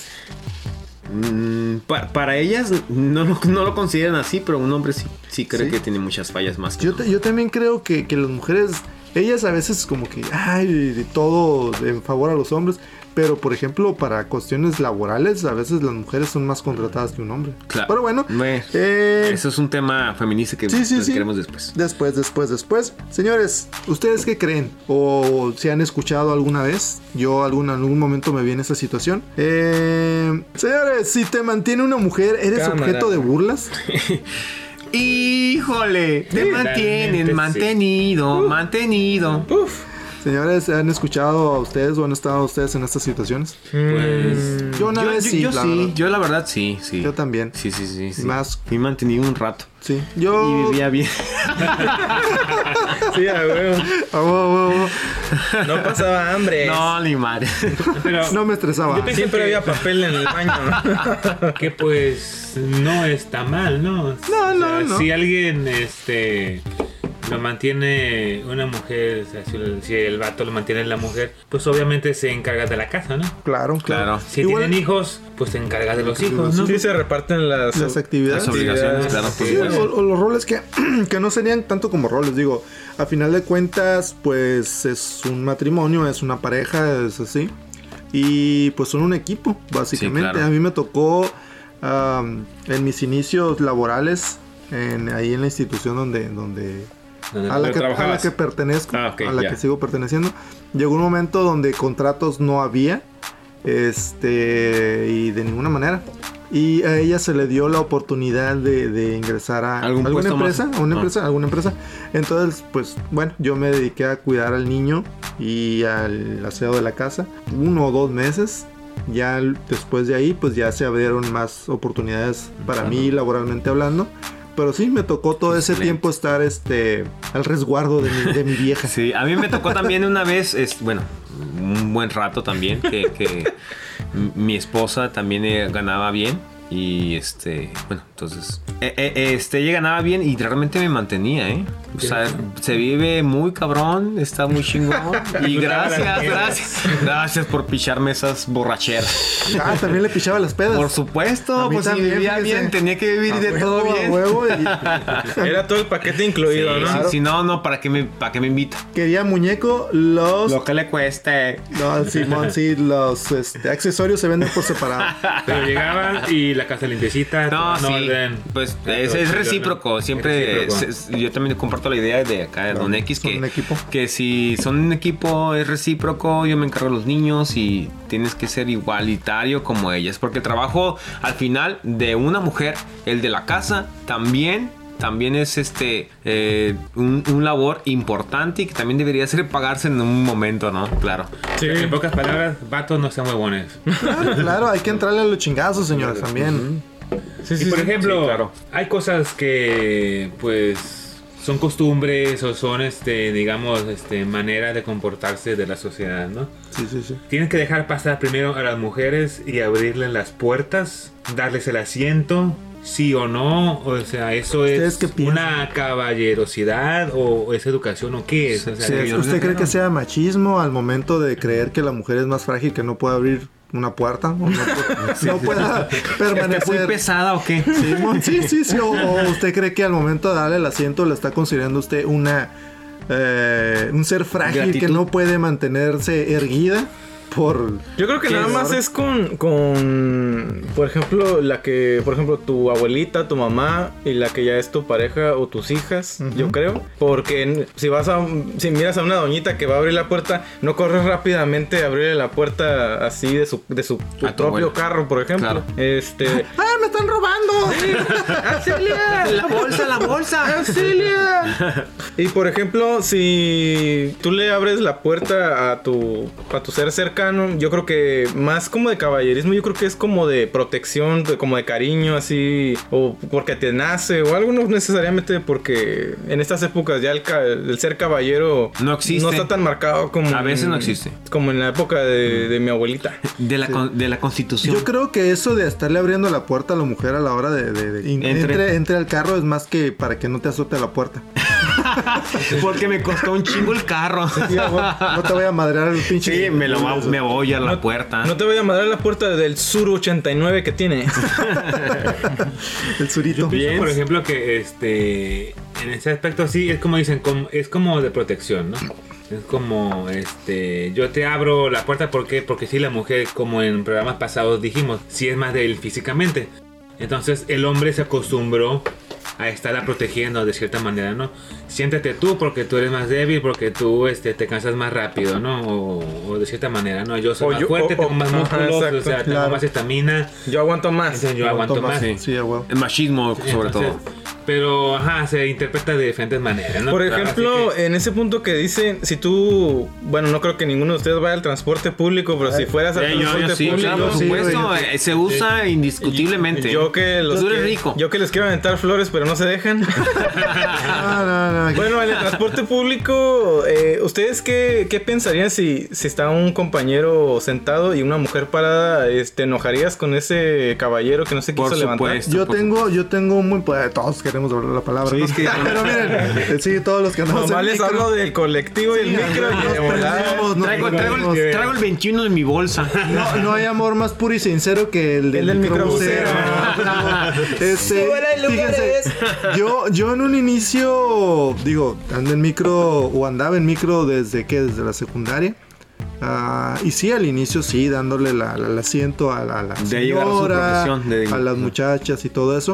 Speaker 8: Mm, pa- para ellas no lo, no lo consideran así, pero un hombre sí, sí cree
Speaker 2: Sí.
Speaker 8: que tiene muchas fallas más. que
Speaker 2: Yo,
Speaker 8: no.
Speaker 2: te- yo también creo que, que las mujeres. Ellas a veces como que. Ay, de todo en favor a los hombres. Pero por ejemplo, para cuestiones laborales, a veces las mujeres son más contratadas que un hombre.
Speaker 8: Claro.
Speaker 2: Pero bueno.
Speaker 8: Bueno,
Speaker 2: eh,
Speaker 8: Eso es un tema feminista que
Speaker 2: Sí, sí, sí.
Speaker 8: platicaremos después.
Speaker 2: Después, después, después. Señores, ¿ustedes qué creen? ¿O se han escuchado alguna vez? Yo algún, en algún momento me vi en esa situación. Eh, señores, si te mantiene una mujer, ¿eres
Speaker 1: Cámara.
Speaker 2: objeto de burlas?
Speaker 8: Híjole, te
Speaker 3: sí.
Speaker 8: mantienen mantenido,
Speaker 2: Uh.
Speaker 8: mantenido.
Speaker 2: Señores, ¿han escuchado a ustedes o han estado ustedes en estas situaciones?
Speaker 3: Pues.
Speaker 2: Yo una
Speaker 8: Mm. Yo,
Speaker 2: vez
Speaker 8: yo-
Speaker 2: sí,
Speaker 8: yo
Speaker 2: la
Speaker 8: sí,
Speaker 2: verdad.
Speaker 8: yo la verdad sí, sí.
Speaker 2: Yo también.
Speaker 8: Sí, sí, sí. sí.
Speaker 2: Más-
Speaker 8: Fui mantenido un rato.
Speaker 2: Sí.
Speaker 8: Y
Speaker 2: Yo... [laughs]
Speaker 8: vivía bien.
Speaker 1: Sí, a huevo.
Speaker 2: Ah, wow, wow, wow.
Speaker 1: No pasaba hambre.
Speaker 8: [laughs] No, ni madre.
Speaker 3: Pero
Speaker 2: No me estresaba.
Speaker 3: Yo te-
Speaker 1: Siempre había papel en el baño.
Speaker 3: [laughs] que pues no está mal, ¿no?
Speaker 2: No, no, no.
Speaker 3: Si alguien este lo mantiene una mujer, o sea, si el- si el vato lo mantiene la mujer, pues obviamente se encarga de la casa, ¿no?
Speaker 2: Claro, claro.
Speaker 8: Claro.
Speaker 3: Si
Speaker 2: Igual-
Speaker 3: tienen hijos, pues se encarga de los hijos, [laughs] ¿no?
Speaker 1: Sí, se reparten las,
Speaker 2: Las actividades.
Speaker 8: Las obligaciones,
Speaker 1: actividades.
Speaker 8: claro. por
Speaker 2: Pues Sí,
Speaker 8: supuesto.
Speaker 2: o, o los roles que, [clears throat] que no serían tanto como roles, digo, a final de cuentas, pues es un matrimonio, es una pareja, es así. Y pues son un equipo, básicamente.
Speaker 8: Sí, claro.
Speaker 2: A mí me tocó am, en mis inicios laborales, en, ahí en la institución donde, donde
Speaker 3: Donde
Speaker 2: a la,
Speaker 3: tú
Speaker 2: que, a la
Speaker 3: trabajabas.
Speaker 2: que pertenezco,
Speaker 3: Ah, ok,
Speaker 2: a la
Speaker 3: ya.
Speaker 2: que sigo perteneciendo. Llegó un momento donde contratos no había, este, y de ninguna manera. Y a ella se le dio la oportunidad de, de ingresar a
Speaker 8: ¿Algún
Speaker 2: alguna
Speaker 8: puesto más?
Speaker 2: empresa, a una
Speaker 8: Ah.
Speaker 2: empresa, a alguna empresa. Entonces, pues bueno, yo me dediqué a cuidar al niño y al aseo de la casa, uno o dos meses. Ya l- después de ahí, pues ya se abrieron más oportunidades para mí laboralmente hablando. Pero sí, me tocó todo ese
Speaker 8: Excelente.
Speaker 2: tiempo estar este al resguardo de mi, de mi vieja.
Speaker 8: [laughs] Sí, a mí me tocó también una vez, es, bueno, un buen rato también, que, que m- mi esposa también eh, ganaba bien. Y este, bueno, entonces, eh, eh, este, ella ganaba bien y realmente me mantenía, ¿eh? O sea, se vive muy cabrón, está
Speaker 2: [laughs]
Speaker 8: muy chingón.
Speaker 2: Pues
Speaker 8: Y gracias, gracias, gracias por picharme
Speaker 2: [laughs]
Speaker 8: esas borracheras.
Speaker 2: Ah, también le pichaba las pedas.
Speaker 8: Por
Speaker 2: A
Speaker 8: supuesto,
Speaker 2: mí
Speaker 8: pues si
Speaker 2: también,
Speaker 8: vivía
Speaker 2: fíjese.
Speaker 8: bien, tenía que vivir
Speaker 2: A
Speaker 8: de todo
Speaker 2: huevo, a
Speaker 8: bien.
Speaker 2: huevo, y-
Speaker 1: Era todo el paquete
Speaker 8: Sí,
Speaker 1: incluido, ¿no?
Speaker 8: Si no, no, ¿para qué me, para qué me invita?
Speaker 2: quería muñeco, los.
Speaker 8: Lo que le cueste.
Speaker 2: No, Simón, sí, los este, accesorios se venden por separado.
Speaker 3: Pero llegaban y la casa limpiecita,
Speaker 8: No,
Speaker 3: todo en
Speaker 8: sí.
Speaker 3: orden.
Speaker 8: Pues
Speaker 3: Pero
Speaker 8: es,
Speaker 3: sí,
Speaker 8: es
Speaker 3: yo no.
Speaker 8: recíproco.
Speaker 3: Es
Speaker 8: Siempre
Speaker 3: recíproco.
Speaker 8: es- es- yo también comparto la idea de acá de Don X
Speaker 2: son
Speaker 8: que,
Speaker 2: un equipo.
Speaker 8: que si son un equipo es recíproco, yo me encargo de los niños y tienes que ser igualitario como ellas. Porque el trabajo al final de una mujer, el de la casa, también también es este eh, un, un labor importante y que también debería ser pagarse en un momento, ¿no? Claro.
Speaker 3: Sí. En pocas palabras, vatos no sean huevones.
Speaker 2: Claro, claro, hay que entrarle a los chingazos, señores, también.
Speaker 3: y por ejemplo, hay cosas que pues son costumbres o son este digamos este maneras de comportarse de la sociedad, ¿no?
Speaker 2: Sí, sí, sí.
Speaker 3: Tienes que dejar pasar primero a las mujeres y abrirles las puertas, darles el asiento, sí o no, o sea, eso
Speaker 2: ¿Ustedes
Speaker 3: es
Speaker 2: qué piensan?
Speaker 3: una caballerosidad o es educación o qué es. O sea,
Speaker 2: Sí,
Speaker 3: yo-
Speaker 2: ¿Usted cree que sea machismo al momento de creer que la mujer es más frágil que no puede abrir una puerta? ¿O no, pu- no pueda
Speaker 8: ¿Está muy
Speaker 2: permanecer.
Speaker 8: pesada o qué?
Speaker 2: Sí, mon- sí, sí, sí. O, o usted cree que al momento de darle el asiento le está considerando usted una eh, un ser frágil que
Speaker 9: Gratitud.
Speaker 2: no puede mantenerse erguida por
Speaker 1: Yo creo que
Speaker 2: ¿Qué
Speaker 1: nada
Speaker 2: es?
Speaker 1: más es con, con, por ejemplo, la que, por ejemplo, tu abuelita, tu mamá y la que ya es tu pareja o tus hijas, yo creo. Porque en- si vas a, un- si miras a una doñita que va a abrir la puerta, no corres rápidamente a abrirle la puerta así de su, de su, su
Speaker 8: A tu
Speaker 1: propio
Speaker 8: abuela.
Speaker 1: carro, por ejemplo.
Speaker 8: Claro.
Speaker 1: Este,
Speaker 2: ¡Ah, me están robando!
Speaker 1: ¡Auxilia!
Speaker 8: La bolsa, la bolsa.
Speaker 1: ¡Auxilia! Y por ejemplo, si tú le abres la puerta a tu, a tu ser cercano, yo creo que más como de caballerismo, yo creo que es como de protección, de- como de cariño, así, o porque te nace, o algo, no necesariamente porque en estas épocas ya el, ca- el ser caballero
Speaker 8: No existe.
Speaker 1: no está tan marcado como.
Speaker 8: A veces no
Speaker 1: en-
Speaker 8: existe.
Speaker 1: Como en la época de, de mi abuelita.
Speaker 8: De la, con- de la constitución.
Speaker 2: Yo creo que eso de estarle abriendo la puerta a la mujer a la hora de, de- de- in-
Speaker 8: Entre.
Speaker 2: entre, entre al carro es más que para que no te azote la puerta.
Speaker 8: Porque me costó un chingo el carro.
Speaker 2: Sí, a huevo, no te voy a madrear el pinche.
Speaker 8: Sí, me, lo va- me voy a la puerta.
Speaker 1: No te voy a mandar a la puerta del Sur 89 que
Speaker 8: [laughs]
Speaker 1: tiene.
Speaker 2: El surito.
Speaker 3: Yo pienso, por ejemplo, que este en ese aspecto sí es como dicen, como- es como de protección, ¿no? Es como, este, yo te abro la puerta porque, porque sí, la mujer, como en programas pasados dijimos, sí es más de él físicamente. Entonces el hombre se acostumbró a estarla protegiendo de cierta manera, ¿no? Siéntate tú porque tú eres más débil, porque tú este, te cansas más rápido, ¿no? O, o de cierta manera, ¿no? Yo soy
Speaker 1: O
Speaker 3: más
Speaker 1: yo-
Speaker 3: fuerte,
Speaker 1: o-
Speaker 3: tengo
Speaker 1: o-
Speaker 3: más
Speaker 1: ajá,
Speaker 3: músculos,
Speaker 1: exacto,
Speaker 3: o sea, tengo
Speaker 2: claro.
Speaker 3: más estamina,
Speaker 1: Yo aguanto más.
Speaker 3: entonces yo aguanto
Speaker 2: Toma,
Speaker 3: más.
Speaker 8: sí.
Speaker 2: Sí, a huevo.
Speaker 8: El machismo, sobre todo.
Speaker 3: Entonces, Pero, ajá, se interpreta de diferentes maneras, ¿no?
Speaker 1: Por
Speaker 3: Así
Speaker 1: ejemplo,
Speaker 3: que-
Speaker 1: en ese punto que dicen, si tú, bueno, no creo que ninguno de ustedes vaya al transporte público, pero si fueras al
Speaker 8: Eh, yo,
Speaker 1: transporte
Speaker 8: yo sí,
Speaker 1: público,
Speaker 8: claro, por
Speaker 2: sí,
Speaker 8: supuesto,
Speaker 2: güey,
Speaker 8: eh, se usa indiscutiblemente.
Speaker 1: yo que los
Speaker 8: Tú eres
Speaker 1: que-
Speaker 8: rico.
Speaker 1: yo que les quiero aventar flores, pero no se
Speaker 8: [laughs]
Speaker 1: dejan.
Speaker 2: No, no, no.
Speaker 1: bueno, en el transporte público, eh, ¿ustedes qué, qué pensarían si, si está un compañero sentado y una mujer parada? eh, ¿Te enojarías con ese caballero que no se quiso
Speaker 8: Por
Speaker 1: levantar?
Speaker 8: supuesto.
Speaker 2: Yo tengo, yo tengo muy pues, todos queremos hablar la palabra. ¿no? [laughs] Pero miren,
Speaker 1: [laughs]
Speaker 2: eh, sí, todos los que andamos
Speaker 1: Nomás
Speaker 2: en
Speaker 1: les
Speaker 2: micro,
Speaker 1: hablo del colectivo y el
Speaker 2: Sí,
Speaker 1: micro y
Speaker 2: nos
Speaker 1: de volar.
Speaker 2: perdemos, nos
Speaker 8: traigo, traigo
Speaker 2: perdemos.
Speaker 8: el, traigo el 21 en mi bolsa.
Speaker 2: No, no hay amor más puro y sincero que el del,
Speaker 1: El del
Speaker 2: microbusero. Este, fíjense, yo, yo en un inicio, digo, andé en micro o andaba en micro desde que, desde la secundaria. Ah, y sí, al inicio sí, dándole la- la- el asiento a la, a la
Speaker 8: De ahí agarra su
Speaker 2: señora,
Speaker 8: profesión, de-
Speaker 2: a las muchachas y todo eso.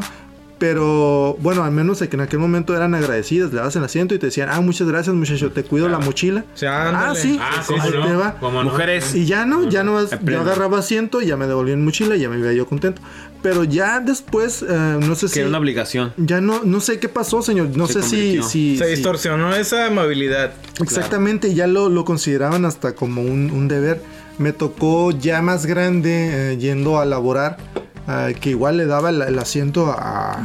Speaker 2: Pero bueno, al menos en aquel momento eran agradecidas, le dabas el asiento y te decían, ah, muchas gracias muchacho, te cuido la mochila.
Speaker 1: Sí, ándale.
Speaker 2: ah, sí,
Speaker 3: Ah, ¿cómo
Speaker 2: ahí te
Speaker 3: no?
Speaker 2: va.
Speaker 3: ¿Cómo no?
Speaker 8: Mujeres,
Speaker 2: Y ya no, ya no es- yo
Speaker 8: Aprende.
Speaker 2: agarraba asiento, ya me devolvían mi mochila, ya me iba yo contento. Pero ya después, eh, no sé
Speaker 8: [laughs] que
Speaker 2: si.
Speaker 8: era una obligación.
Speaker 2: ya no, no sé qué pasó, señor. No sé
Speaker 8: Se
Speaker 2: si,
Speaker 8: convirtió.
Speaker 2: si-
Speaker 1: Se
Speaker 2: si-
Speaker 1: distorsionó esa amabilidad.
Speaker 2: Exactamente, ya lo, lo consideraban hasta como un, un deber. Me tocó ya más grande eh, yendo a laborar, ah, que igual le daba el, el asiento a...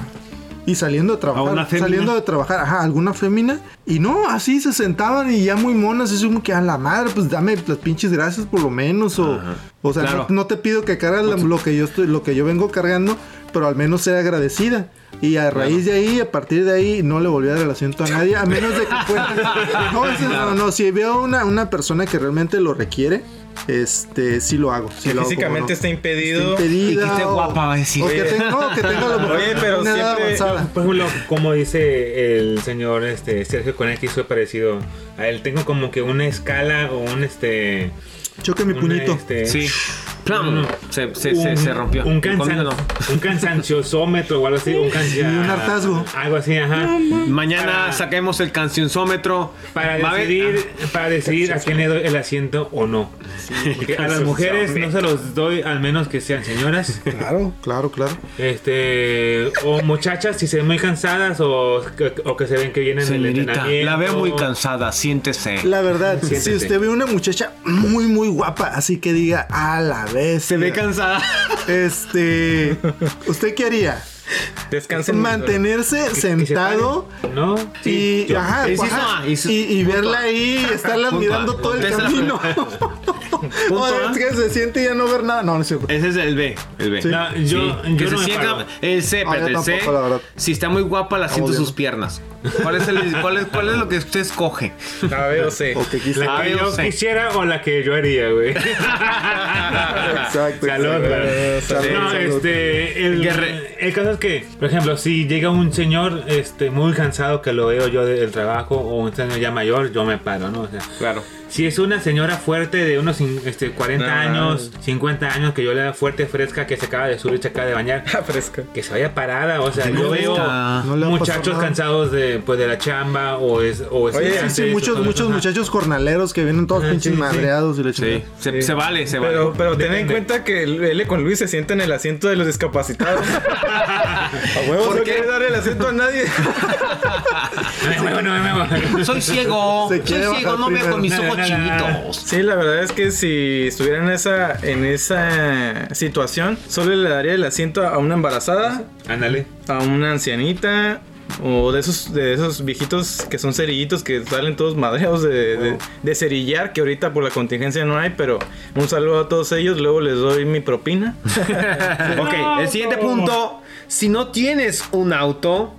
Speaker 2: Y saliendo de trabajar,
Speaker 8: una fémina.
Speaker 2: saliendo de trabajar, ajá, alguna fémina. Y no, así se sentaban y ya muy monas. Es como que a la madre, pues dame las pinches gracias por lo menos. O, o sea,
Speaker 8: Claro.
Speaker 2: no, no te pido que cargas la- lo que yo estoy, lo que yo vengo cargando, pero al menos sea agradecida. Y a raíz de ahí, a partir de ahí, no le volví a dar el asiento a nadie, a menos de que fuera. No, ese- no, no, si veo una, una persona que realmente lo requiere, este, sí lo hago. sí
Speaker 1: Que
Speaker 2: lo hago,
Speaker 1: físicamente está
Speaker 2: cómo no.
Speaker 1: impedido.
Speaker 2: Está impedida,
Speaker 8: Y que esté
Speaker 2: o-
Speaker 8: guapa, va a decir.
Speaker 2: O que tenga, no, que tenga lo mejor
Speaker 1: Oye, pero
Speaker 2: una edad
Speaker 1: siempre-
Speaker 2: avanzada.
Speaker 3: Por ejemplo, como dice el señor este, Sergio Conetti, soy parecido a él. Tengo como que una escala o un este.
Speaker 2: Choque mi
Speaker 3: una,
Speaker 2: puñito.
Speaker 3: este,
Speaker 8: Sí. ¡Plum! Se, se, se, se rompió.
Speaker 3: Un,
Speaker 8: El
Speaker 3: cansan-
Speaker 8: colmillo no.
Speaker 3: un cansanciósómetro o algo así. Un, cansa-
Speaker 2: Y un hartazgo.
Speaker 3: Algo así, ajá.
Speaker 8: Mañana
Speaker 3: Para-
Speaker 8: saquemos el cancionzómetro.
Speaker 3: Para
Speaker 8: Va a haber- Ah.
Speaker 3: decidir, para decidir a quién le doy el asiento o no. Porque a las mujeres no se los doy, al menos que
Speaker 8: [laughs]
Speaker 3: sean señoras.
Speaker 2: Claro, claro, claro.
Speaker 3: Este, o muchachas si se ven muy cansadas o, o que se ven que vienen del
Speaker 8: Señorita,
Speaker 3: entrenamiento.
Speaker 8: la veo muy cansada, siéntese.
Speaker 2: La verdad, si
Speaker 8: Siéntese.
Speaker 2: usted ve una muchacha muy, muy guapa, así que diga, a la vez.
Speaker 8: Se ve cansada.
Speaker 2: Este. ¿Usted qué haría?
Speaker 8: [laughs]
Speaker 1: Descansen.
Speaker 2: Mantenerse sentado
Speaker 3: ¿No?
Speaker 2: y,
Speaker 3: yo-
Speaker 2: ajá,
Speaker 8: Y sí,
Speaker 2: ajá,
Speaker 8: no, y sí,
Speaker 2: y- y
Speaker 8: punto.
Speaker 2: verla ahí, estarla
Speaker 8: Punto.
Speaker 2: mirando todo el
Speaker 8: Esa es la
Speaker 2: camino. [laughs]
Speaker 8: Punto, Eh,
Speaker 2: Ahora
Speaker 8: ¿ah?
Speaker 2: es que se siente y ya no ver nada. No, no es cierto.
Speaker 8: Ese es el B. El B.
Speaker 3: No, yo,
Speaker 8: Sí, que
Speaker 3: yo
Speaker 8: se
Speaker 3: no me
Speaker 8: sienta-
Speaker 3: paro.
Speaker 8: el C,
Speaker 2: Ah, yo
Speaker 8: espérate, el C,
Speaker 2: tampoco, la verdad. Ah,
Speaker 8: si está muy guapa, la siento
Speaker 2: Obvio.
Speaker 8: sus piernas. ¿Cuál es, el- cuál, es, ¿Cuál es lo que
Speaker 2: [laughs]
Speaker 8: usted escoge?
Speaker 1: A ver, o sea. [laughs]
Speaker 2: O que quizá-
Speaker 3: La
Speaker 8: A,
Speaker 3: que
Speaker 8: B o
Speaker 3: yo
Speaker 8: C.
Speaker 3: quisiera o la que yo haría, güey.
Speaker 2: Exacto,
Speaker 3: Salud,
Speaker 2: exacto.
Speaker 3: güey.
Speaker 2: Salud,
Speaker 3: No,
Speaker 2: salud.
Speaker 3: este. El,
Speaker 8: Guerre-
Speaker 3: el caso es que, por ejemplo, si llega un señor este, muy cansado que lo veo yo del trabajo o un señor ya mayor, yo me paro, ¿no? O sea,
Speaker 8: Claro.
Speaker 3: si es una señora fuerte de unos cin- este, 40
Speaker 1: No.
Speaker 3: años, 50 años, que yo la veo fuerte, fresca, que se acaba de subir, se acaba de bañar,
Speaker 1: fresca.
Speaker 3: que se vaya parada. O sea, yo veo
Speaker 8: gusta.
Speaker 2: No le va a pasar
Speaker 3: muchachos
Speaker 2: nada.
Speaker 3: cansados de, pues, de la chamba o es. O es
Speaker 1: Oye,
Speaker 2: Sí, sí,
Speaker 3: estudiantes,
Speaker 2: muchos,
Speaker 3: o-
Speaker 2: muchos
Speaker 3: ajá.
Speaker 2: muchachos jornaleros que vienen todos
Speaker 3: Ah,
Speaker 2: pinches
Speaker 3: sí, sí.
Speaker 2: madreados y la
Speaker 8: Sí,
Speaker 2: chingada.
Speaker 8: se, se vale, se
Speaker 1: Pero,
Speaker 8: vale.
Speaker 1: pero ten en
Speaker 3: Depende.
Speaker 1: cuenta que el L con Luis se sienta en el asiento de los
Speaker 8: [laughs]
Speaker 1: discapacitados. A huevo, no quiere dar el asiento a nadie.
Speaker 3: No me muevo, no me muevo.
Speaker 8: Soy ciego,
Speaker 2: Se
Speaker 8: soy
Speaker 2: quiere
Speaker 8: ciego,
Speaker 2: bajar
Speaker 8: no veo
Speaker 2: primero.
Speaker 8: con mis
Speaker 3: Nada,
Speaker 8: ojos
Speaker 3: nada, nada.
Speaker 8: chiquitos.
Speaker 1: [laughs] [laughs] Sí, la verdad es que si estuviera en esa, en esa situación, solo le daría el asiento a una embarazada,
Speaker 3: Ándale.
Speaker 1: a una ancianita. O de esos, de esos viejitos que son cerillitos que salen todos madreados de, de- de cerillar, que ahorita por la contingencia no hay, pero un saludo a todos ellos, luego les doy mi [laughs] propina.
Speaker 8: Ok, el siguiente punto. Si no tienes un auto,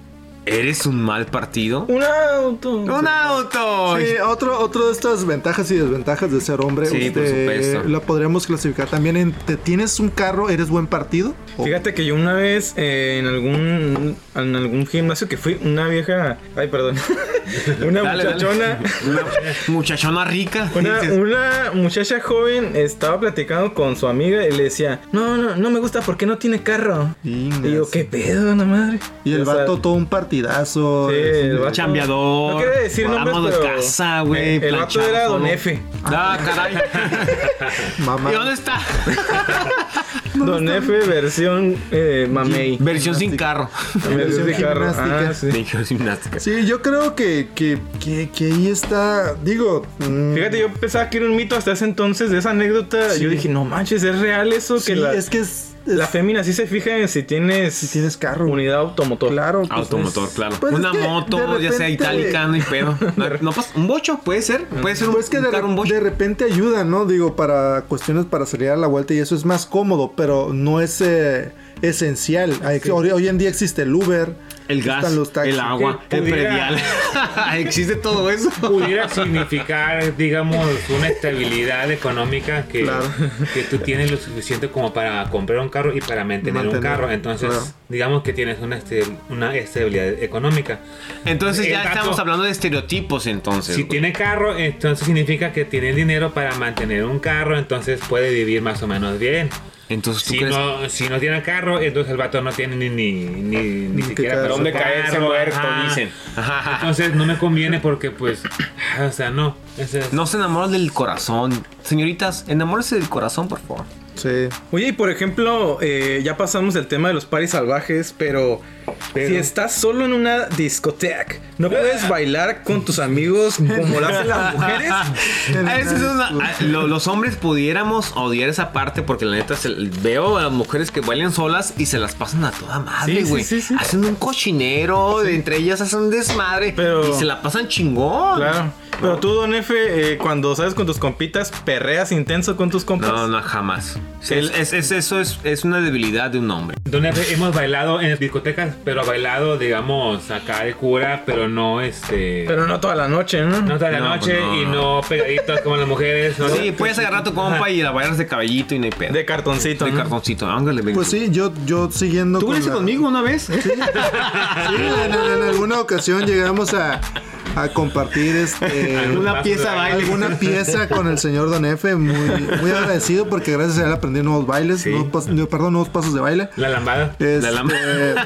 Speaker 8: ¿eres un mal partido?
Speaker 1: Un auto.
Speaker 8: ¡Un auto!
Speaker 2: Sí, otro, otro de estas ventajas y desventajas de ser hombre,
Speaker 8: Sí, por supuesto.
Speaker 2: lo podríamos clasificar también en ¿te tienes un carro, eres buen partido? Oh, O-
Speaker 1: Fíjate que yo una vez eh, en algún en algún gimnasio que fui, una vieja, ay perdón,
Speaker 2: [laughs]
Speaker 1: una
Speaker 8: Dale, dale.
Speaker 1: muchachona,
Speaker 8: Muchachona rica.
Speaker 1: Una, una muchacha joven estaba platicando con su amiga y le decía, no, no, no me gusta porque no tiene carro.
Speaker 2: Ingas.
Speaker 1: Y yo, qué pedo, la madre.
Speaker 2: Y el
Speaker 1: O sea,
Speaker 2: vato todo un partidazo.
Speaker 1: sí,
Speaker 2: es un-
Speaker 1: el vato-
Speaker 8: Chambeador.
Speaker 1: No quiere decir nombres,
Speaker 8: Amo de
Speaker 1: pero
Speaker 8: casa, güey,
Speaker 1: El vato
Speaker 8: planchado.
Speaker 1: era Don F.
Speaker 8: Ah, caray.
Speaker 2: [laughs] Mamá.
Speaker 8: ¿Y dónde está?
Speaker 1: Don F versión eh, mamey.
Speaker 8: Versión sin carro.
Speaker 1: Versión de carro.
Speaker 2: gimnástica.
Speaker 1: Ah,
Speaker 8: [laughs]
Speaker 1: sí.
Speaker 8: Versión gimnástica.
Speaker 2: Sí, yo creo que, que, que, que ahí está, digo... mm,
Speaker 1: Fíjate, yo pensaba que era un mito hasta ese entonces de esa anécdota.
Speaker 2: Sí.
Speaker 1: Yo dije, no manches, es real eso que
Speaker 2: sí,
Speaker 1: la,
Speaker 2: es que es... es-
Speaker 1: la fémina sí se fija en si tienes,
Speaker 2: si tienes carro.
Speaker 1: unidad automotor.
Speaker 2: Claro. pues,
Speaker 8: Automotor,
Speaker 2: es-
Speaker 8: claro.
Speaker 2: pues es
Speaker 8: Una
Speaker 2: que
Speaker 8: moto,
Speaker 2: de
Speaker 8: ya sea
Speaker 2: repente-
Speaker 8: itálica, no hay
Speaker 2: [laughs]
Speaker 8: pedo. No, no pasa- un bocho puede ser. Puede ser un,
Speaker 2: Pues que
Speaker 8: un
Speaker 2: de,
Speaker 8: carro, un bocho.
Speaker 2: de repente ayuda, ¿no? Digo, para cuestiones para salir a la vuelta y eso es más cómodo, pero no es eh, esencial. Hay- hoy, hoy en día existe el Uber.
Speaker 8: el gas,
Speaker 2: están los taxis.
Speaker 8: el agua,
Speaker 3: Que
Speaker 8: el
Speaker 3: pudiera-
Speaker 8: predial. [laughs] Existe todo eso.
Speaker 3: pudiera significar, digamos, una estabilidad económica que,
Speaker 2: Claro.
Speaker 3: que tú tienes lo suficiente como para comprar un carro y para mantener,
Speaker 2: Mantener,
Speaker 3: un carro. Entonces,
Speaker 2: claro.
Speaker 3: digamos que tienes una, este- una estabilidad económica.
Speaker 8: Entonces
Speaker 3: El
Speaker 8: ya
Speaker 3: vato-
Speaker 8: estamos hablando de estereotipos entonces.
Speaker 3: Si
Speaker 8: güey.
Speaker 3: tiene carro, entonces significa que tiene dinero para mantener un carro, entonces puede vivir más o menos bien.
Speaker 8: Entonces tú
Speaker 3: Si
Speaker 8: crees...
Speaker 3: no, si no tiene carro, entonces el vato no tiene ni, ni, ni, ni
Speaker 2: Ni
Speaker 3: siquiera
Speaker 2: que
Speaker 3: para
Speaker 2: dónde
Speaker 3: su carro, ajá.
Speaker 8: Ajá.
Speaker 3: Entonces no me conviene porque pues, o sea, no. Ese es-
Speaker 8: No se enamoran del corazón. Señoritas, enamórese del corazón, por favor.
Speaker 2: Sí.
Speaker 1: Oye, y por ejemplo, eh, ya pasamos del tema de los paris salvajes, pero, si estás solo en una discoteca, no puedes bailar con tus amigos como lo hacen las
Speaker 8: [laughs]
Speaker 1: mujeres.
Speaker 8: Ah, eso es una- ah, lo- los hombres pudiéramos odiar esa parte porque la neta se- veo a las mujeres que bailan solas y se las pasan a toda
Speaker 1: Sí,
Speaker 8: madre,
Speaker 1: sí,
Speaker 8: güey.
Speaker 1: sí, sí.
Speaker 8: Hacen un cochinero, entre ellas hacen desmadre
Speaker 1: Pero-
Speaker 8: y se la pasan chingón.
Speaker 1: Claro. Pero tú, Don Efe, eh, cuando sales con tus compitas, perreas intenso con tus compas.
Speaker 8: No, no, jamás. El- es- es- eso es, es una debilidad de un hombre.
Speaker 3: Donde hemos bailado en discotecas, pero bailado, digamos, acá de cura, pero no este.
Speaker 1: Pero no toda la noche, ¿no?
Speaker 3: no toda la
Speaker 8: No,
Speaker 3: noche
Speaker 8: pues no,
Speaker 3: y
Speaker 8: no.
Speaker 3: no pegaditos como las mujeres. ¿no?
Speaker 8: Sí, pues, puedes agarrar a tu compa y la bailas de cabellito y no hay pedo.
Speaker 1: De cartoncito.
Speaker 8: De
Speaker 1: ¿no?
Speaker 8: cartoncito, ángale, venga.
Speaker 2: Pues sí, yo, yo siguiendo.
Speaker 8: ¿Tú
Speaker 2: con [laughs]
Speaker 8: [laughs] viniste
Speaker 2: la-
Speaker 8: conmigo una vez?
Speaker 2: Sí, en, en- en alguna ocasión llegamos a. a compartir este,
Speaker 3: Alguna pieza de baile.
Speaker 2: alguna pieza con el señor Don F. Muy, muy agradecido porque gracias a él aprendí nuevos bailes,
Speaker 3: Sí.
Speaker 2: nuevos pas- no, perdón, nuevos pasos de baile.
Speaker 3: La lambada.
Speaker 2: Este,
Speaker 3: La lambada.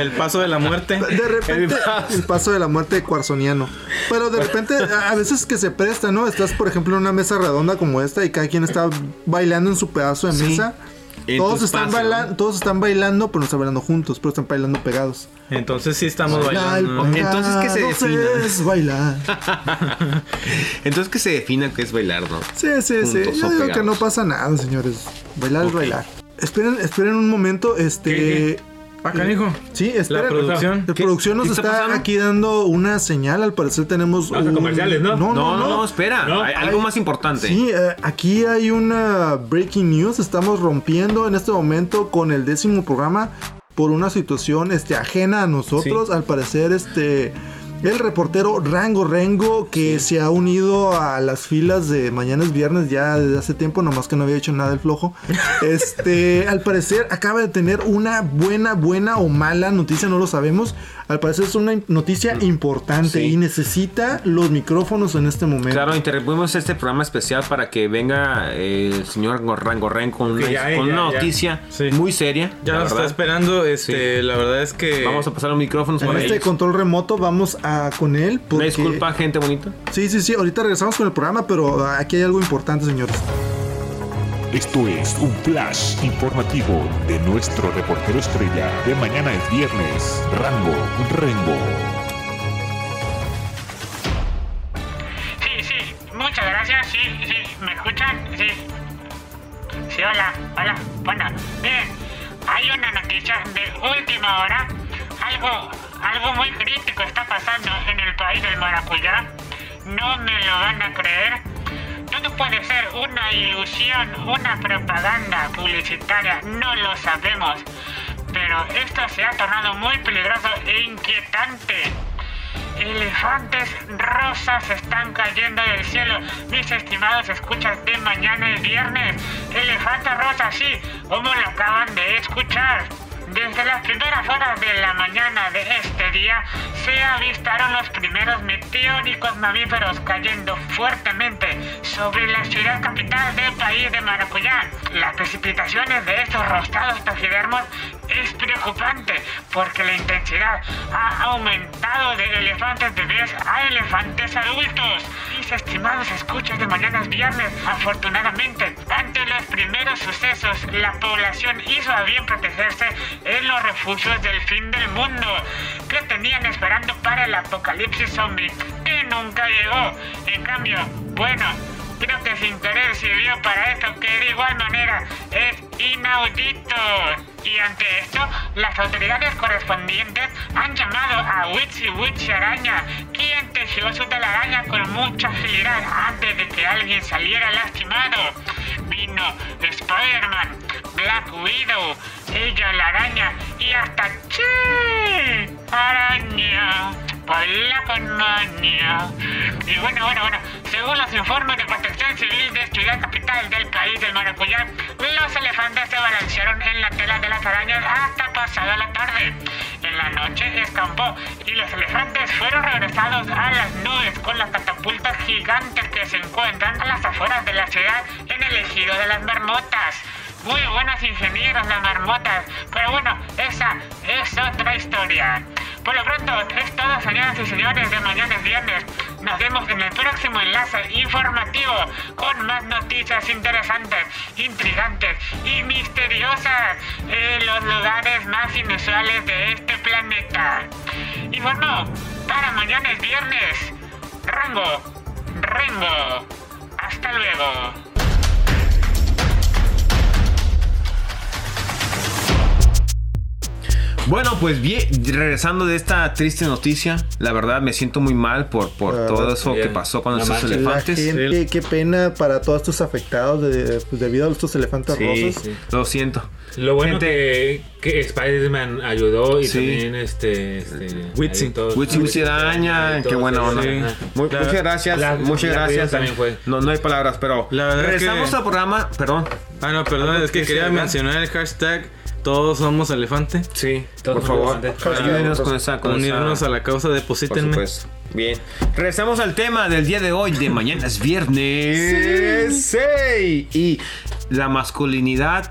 Speaker 1: El paso de la muerte.
Speaker 2: De repente, el paso de la muerte de Cuarzoniano. Pero de repente, a a veces que se presta, ¿no? Estás, por ejemplo, en una mesa redonda como esta y cada quien está bailando en su pedazo de mesa.
Speaker 3: En
Speaker 2: Todos
Speaker 3: tus
Speaker 2: están,
Speaker 3: pasos,
Speaker 2: bailando,
Speaker 3: ¿no?
Speaker 2: todos están bailando, pero no están bailando juntos, pero están bailando pegados.
Speaker 1: Entonces sí estamos bailando.
Speaker 2: Bailar
Speaker 8: Entonces, ¿qué se
Speaker 2: pegados
Speaker 8: defina?
Speaker 2: es bailar.
Speaker 8: Entonces que se defina que es bailar, ¿no?
Speaker 2: Sí, sí, sí.
Speaker 8: Juntos
Speaker 2: Yo
Speaker 8: o
Speaker 2: digo que no
Speaker 8: pegados.
Speaker 2: pasa nada, señores. Bailar es bailar. Esperen, esperen un momento, este.
Speaker 1: ¿Qué, Ah, canijo.
Speaker 2: Sí, esperen.
Speaker 1: La producción.
Speaker 2: La
Speaker 1: ¿Qué-
Speaker 2: producción nos
Speaker 3: qué está
Speaker 2: está,
Speaker 3: pasando?
Speaker 2: aquí dando una señal. Al parecer tenemos.
Speaker 3: Vamos a comerciales, ¿no?
Speaker 2: No,
Speaker 8: No,
Speaker 2: no, no.
Speaker 8: espera.
Speaker 3: No,
Speaker 8: hay algo más importante.
Speaker 2: Sí, eh, aquí hay una breaking news. Estamos rompiendo en este momento con el décimo programa por una situación este, ajena a nosotros. Al parecer, este. El reportero Rango Rengo, que se ha unido a las filas de Mañana es Viernes ya desde hace tiempo, nomás que no había hecho nada el flojo. Este, al parecer acaba de tener una buena, buena o mala noticia, no lo sabemos. Al parecer es una noticia importante y necesita los micrófonos en este momento.
Speaker 8: Claro, interrumpimos este programa especial para que venga eh, el señor Rangorren con una,
Speaker 3: Que ya,
Speaker 8: con
Speaker 3: ya,
Speaker 8: una
Speaker 3: ya.
Speaker 8: noticia
Speaker 1: Sí.
Speaker 8: muy seria.
Speaker 1: Ya
Speaker 8: la
Speaker 1: nos está
Speaker 8: verdad.
Speaker 1: esperando. Este, la verdad es que.
Speaker 8: Vamos a pasar los micrófonos
Speaker 2: En
Speaker 8: para
Speaker 2: este
Speaker 8: ellos.
Speaker 2: control remoto vamos a con él
Speaker 8: Una
Speaker 2: porque...
Speaker 8: disculpa, gente bonita.
Speaker 2: Sí, sí, sí, ahorita regresamos con el programa, pero ah, aquí hay algo importante, señores.
Speaker 11: Esto es un flash informativo de nuestro reportero estrella de mañana es viernes, Rango Rengo.
Speaker 12: Sí, sí, muchas gracias, sí, sí, ¿me escuchan? Sí. Sí, hola, hola. Bueno, miren, hay una noticia de última hora. Algo, algo muy crítico está pasando en el país del maracuyá. No me lo van a creer. Todo puede ser una ilusión, una propaganda publicitaria, no lo sabemos. Pero esto se ha tornado muy peligroso e inquietante. Elefantes rosas están cayendo del cielo, mis estimados escuchas de mañana el viernes. Elefantes rosas, sí, como lo acaban de escuchar. Desde las primeras horas de la mañana de este día se avistaron los primeros meteóricos mamíferos cayendo fuertemente sobre la ciudad capital del país de Maracuyán. Las precipitaciones de estos rostados taxidermos es preocupante porque la intensidad ha aumentado de elefantes bebés a elefantes adultos. Mis estimados escuchas de mañana es viernes, afortunadamente, ante los primeros sucesos, la población hizo a bien protegerse en los refugios del fin del mundo que tenían esperando para el apocalipsis zombie, que nunca llegó. En cambio, bueno, Creo que sin querer sirvió para esto, que de igual manera es inaudito. Y ante esto, las autoridades correspondientes han llamado a Witsi Witsi Araña, quien tejió su telaraña con mucha agilidad antes de que alguien saliera lastimado. Vino Spider-Man, Black Widow, ella la araña y hasta Che Araña. Baila con maña. Y bueno, bueno, bueno. Según los informes de protección civil de Ciudad Capital del país del Maracuyá, los elefantes se balancearon en la tela de las arañas hasta pasada la tarde. En la noche escampó y los elefantes fueron regresados a las nubes con las catapultas gigantes que se encuentran a las afueras de la ciudad en el ejido de las Bermotas. Muy buenos ingenieros las marmotas, pero bueno, esa es otra historia. Por lo pronto, es todo, señoras y señores, de mañana es viernes. Nos vemos en el próximo enlace informativo con más noticias interesantes, intrigantes y misteriosas en los lugares más inusuales de este planeta. Y bueno, para mañana es viernes. Rango, Rengo. Hasta luego.
Speaker 8: Bueno, pues bien, regresando de esta triste noticia, la verdad me siento muy mal por, por
Speaker 2: La
Speaker 8: todo
Speaker 2: verdad,
Speaker 8: eso que
Speaker 2: bien.
Speaker 8: pasó con
Speaker 2: No
Speaker 8: esos
Speaker 2: manches,
Speaker 8: elefantes.
Speaker 2: La gente, Qué pena para todos estos afectados de- pues, debido a estos elefantes
Speaker 8: Sí,
Speaker 2: rosas.
Speaker 8: sí, lo siento.
Speaker 3: Lo bueno que, que Spider-Man ayudó y
Speaker 8: Sí.
Speaker 3: también este. este
Speaker 8: Witsi.
Speaker 3: ahí todos-
Speaker 8: Witsi
Speaker 3: Witsi
Speaker 8: Pues Daña,
Speaker 3: y
Speaker 8: qué
Speaker 3: todos
Speaker 8: buena
Speaker 3: ellos,
Speaker 8: onda.
Speaker 3: ajá.
Speaker 8: Mu-
Speaker 3: La-
Speaker 8: muchas gracias,
Speaker 3: la-
Speaker 8: muchas
Speaker 3: la
Speaker 8: gracias.
Speaker 3: también fue.
Speaker 8: No, no hay palabras, pero
Speaker 1: La verdad es que-
Speaker 8: regresamos al programa, perdón.
Speaker 1: Ah, no, perdón, es que
Speaker 8: que
Speaker 1: quería
Speaker 8: decir, ¿verdad?
Speaker 1: mencionar el hashtag Todos somos elefante.
Speaker 8: Sí,
Speaker 1: todos
Speaker 8: por favor, ayúdenos con esa con
Speaker 1: Unirnos
Speaker 8: esa-
Speaker 1: a la causa, deposítenme.
Speaker 8: Por supuesto. Bien. Regresamos al tema del día de hoy, de mañana es viernes. Sí. Y la masculinidad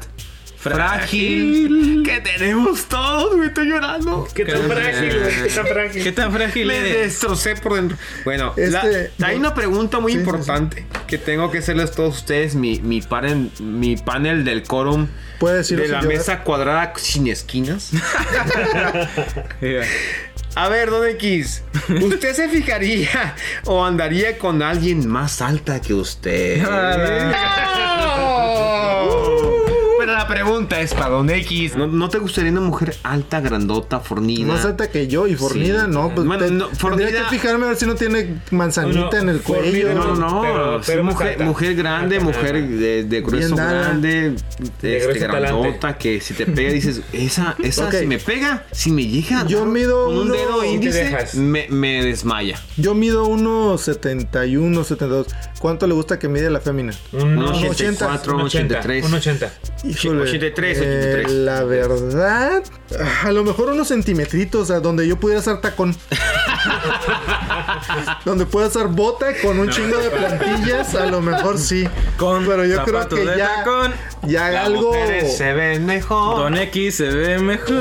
Speaker 8: frágil, que tenemos todos, güey. Estoy llorando.
Speaker 3: Qué tan frágil, güey, qué tan frágil.
Speaker 8: Qué tan frágil. Me
Speaker 3: eres.
Speaker 8: destrocé por dentro. Bueno,
Speaker 3: Este,
Speaker 8: la- hay una pregunta muy importante que tengo que hacerles todos ustedes, mi, mi, paren- mi panel del quórum.
Speaker 2: Puede decirlo
Speaker 8: De
Speaker 2: sin
Speaker 8: la
Speaker 2: llorar.
Speaker 8: mesa cuadrada sin esquinas. A ver, Don X, ¿usted se fijaría o andaría con alguien más alta que usted? Pero la pregunta es para Don X. ¿No, no te gustaría una mujer alta, grandota, fornida?
Speaker 2: Más alta que yo y fornida,
Speaker 8: Sí.
Speaker 2: no. Pues
Speaker 8: Bueno,
Speaker 2: te-
Speaker 8: no,
Speaker 2: tendría
Speaker 8: fornida-
Speaker 2: que fijarme a ver si no tiene manzanita en el cuello.
Speaker 8: No, no, no. sí, mujer, mujer grande, mujer de, de grueso
Speaker 2: dada.
Speaker 8: grande,
Speaker 2: De
Speaker 8: este,
Speaker 2: grueso talante.
Speaker 8: grandota, que si te pega dices, esa, esa,
Speaker 2: Ok.
Speaker 8: si me pega, si me llega
Speaker 2: Yo mido
Speaker 8: con un
Speaker 2: uno-
Speaker 8: dedo índice, me, me desmaya.
Speaker 2: Yo mido 1.71, 72. ¿Cuánto le gusta que mide la fémina?
Speaker 8: Un 84, 83.
Speaker 3: 80.
Speaker 2: Híjole,
Speaker 8: 83,
Speaker 2: eh,
Speaker 8: 83.
Speaker 2: la verdad, a lo mejor unos centimetritos a donde yo pudiera
Speaker 1: [laughs]
Speaker 2: hacer tacón. donde pueda hacer bota con un
Speaker 1: No.
Speaker 2: chingo de plantillas, a lo mejor sí. Pero yo creo
Speaker 1: zapatos
Speaker 2: que
Speaker 1: de
Speaker 2: ya,
Speaker 1: tacón.
Speaker 2: ya
Speaker 1: Las
Speaker 2: algo.
Speaker 1: mujeres se
Speaker 8: ven mejor.
Speaker 1: Don X se ve mejor.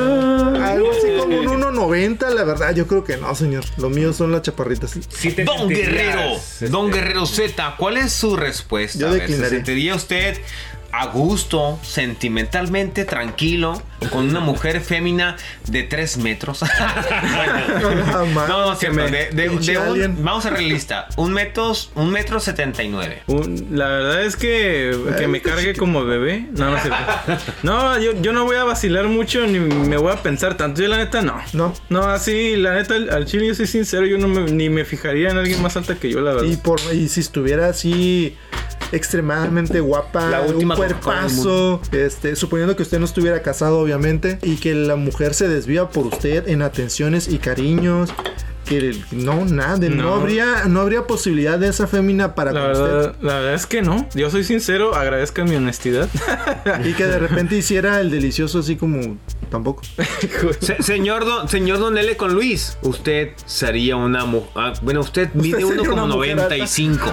Speaker 2: Algo así como
Speaker 1: [laughs]
Speaker 2: un 1.90, la verdad, yo creo que no, señor. Lo mío son las chaparritas.
Speaker 8: Don Guerrero,
Speaker 3: este,
Speaker 8: Don Guerrero Z, ¿cuál es su respuesta?
Speaker 2: Yo
Speaker 8: A ver, ¿Se
Speaker 2: declinaré.
Speaker 8: sentiría usted a gusto, sentimentalmente, tranquilo, con una mujer fémina de 3 metros? [laughs] no, no, es cierto, de- de-
Speaker 1: pinche
Speaker 8: de un-
Speaker 1: alien.
Speaker 8: vamos a ser realista, un metro, un metro 79.
Speaker 1: Un- la verdad es que que me cargue como bebé. No, no es
Speaker 8: [laughs]
Speaker 1: cierto. No, yo, yo no voy a vacilar mucho ni me voy a pensar tanto. Yo la neta no.
Speaker 2: No.
Speaker 1: No, así, la neta, al, al chile yo soy sincero, yo no me- ni me fijaría en alguien más alta que yo, la verdad.
Speaker 2: Y, por, y si estuviera así extremadamente guapa,
Speaker 1: La última
Speaker 2: un cuerpazo, este, suponiendo que usted no estuviera casado obviamente y que la mujer se desvía por usted en atenciones y cariños, que el- no nada, no,
Speaker 1: No.
Speaker 2: habría no habría posibilidad de esa fémina para
Speaker 1: La
Speaker 2: con usted
Speaker 1: verdad, la verdad es que no. Yo soy sincero, agradezcan mi
Speaker 8: [laughs]
Speaker 1: honestidad.
Speaker 2: y que de repente hiciera el delicioso así como tampoco.
Speaker 8: Se- señor, don, señor Don L con Luis, usted sería una mujer. Bueno, usted mide
Speaker 2: sería
Speaker 8: uno como
Speaker 2: una mujer [laughs]
Speaker 8: 95.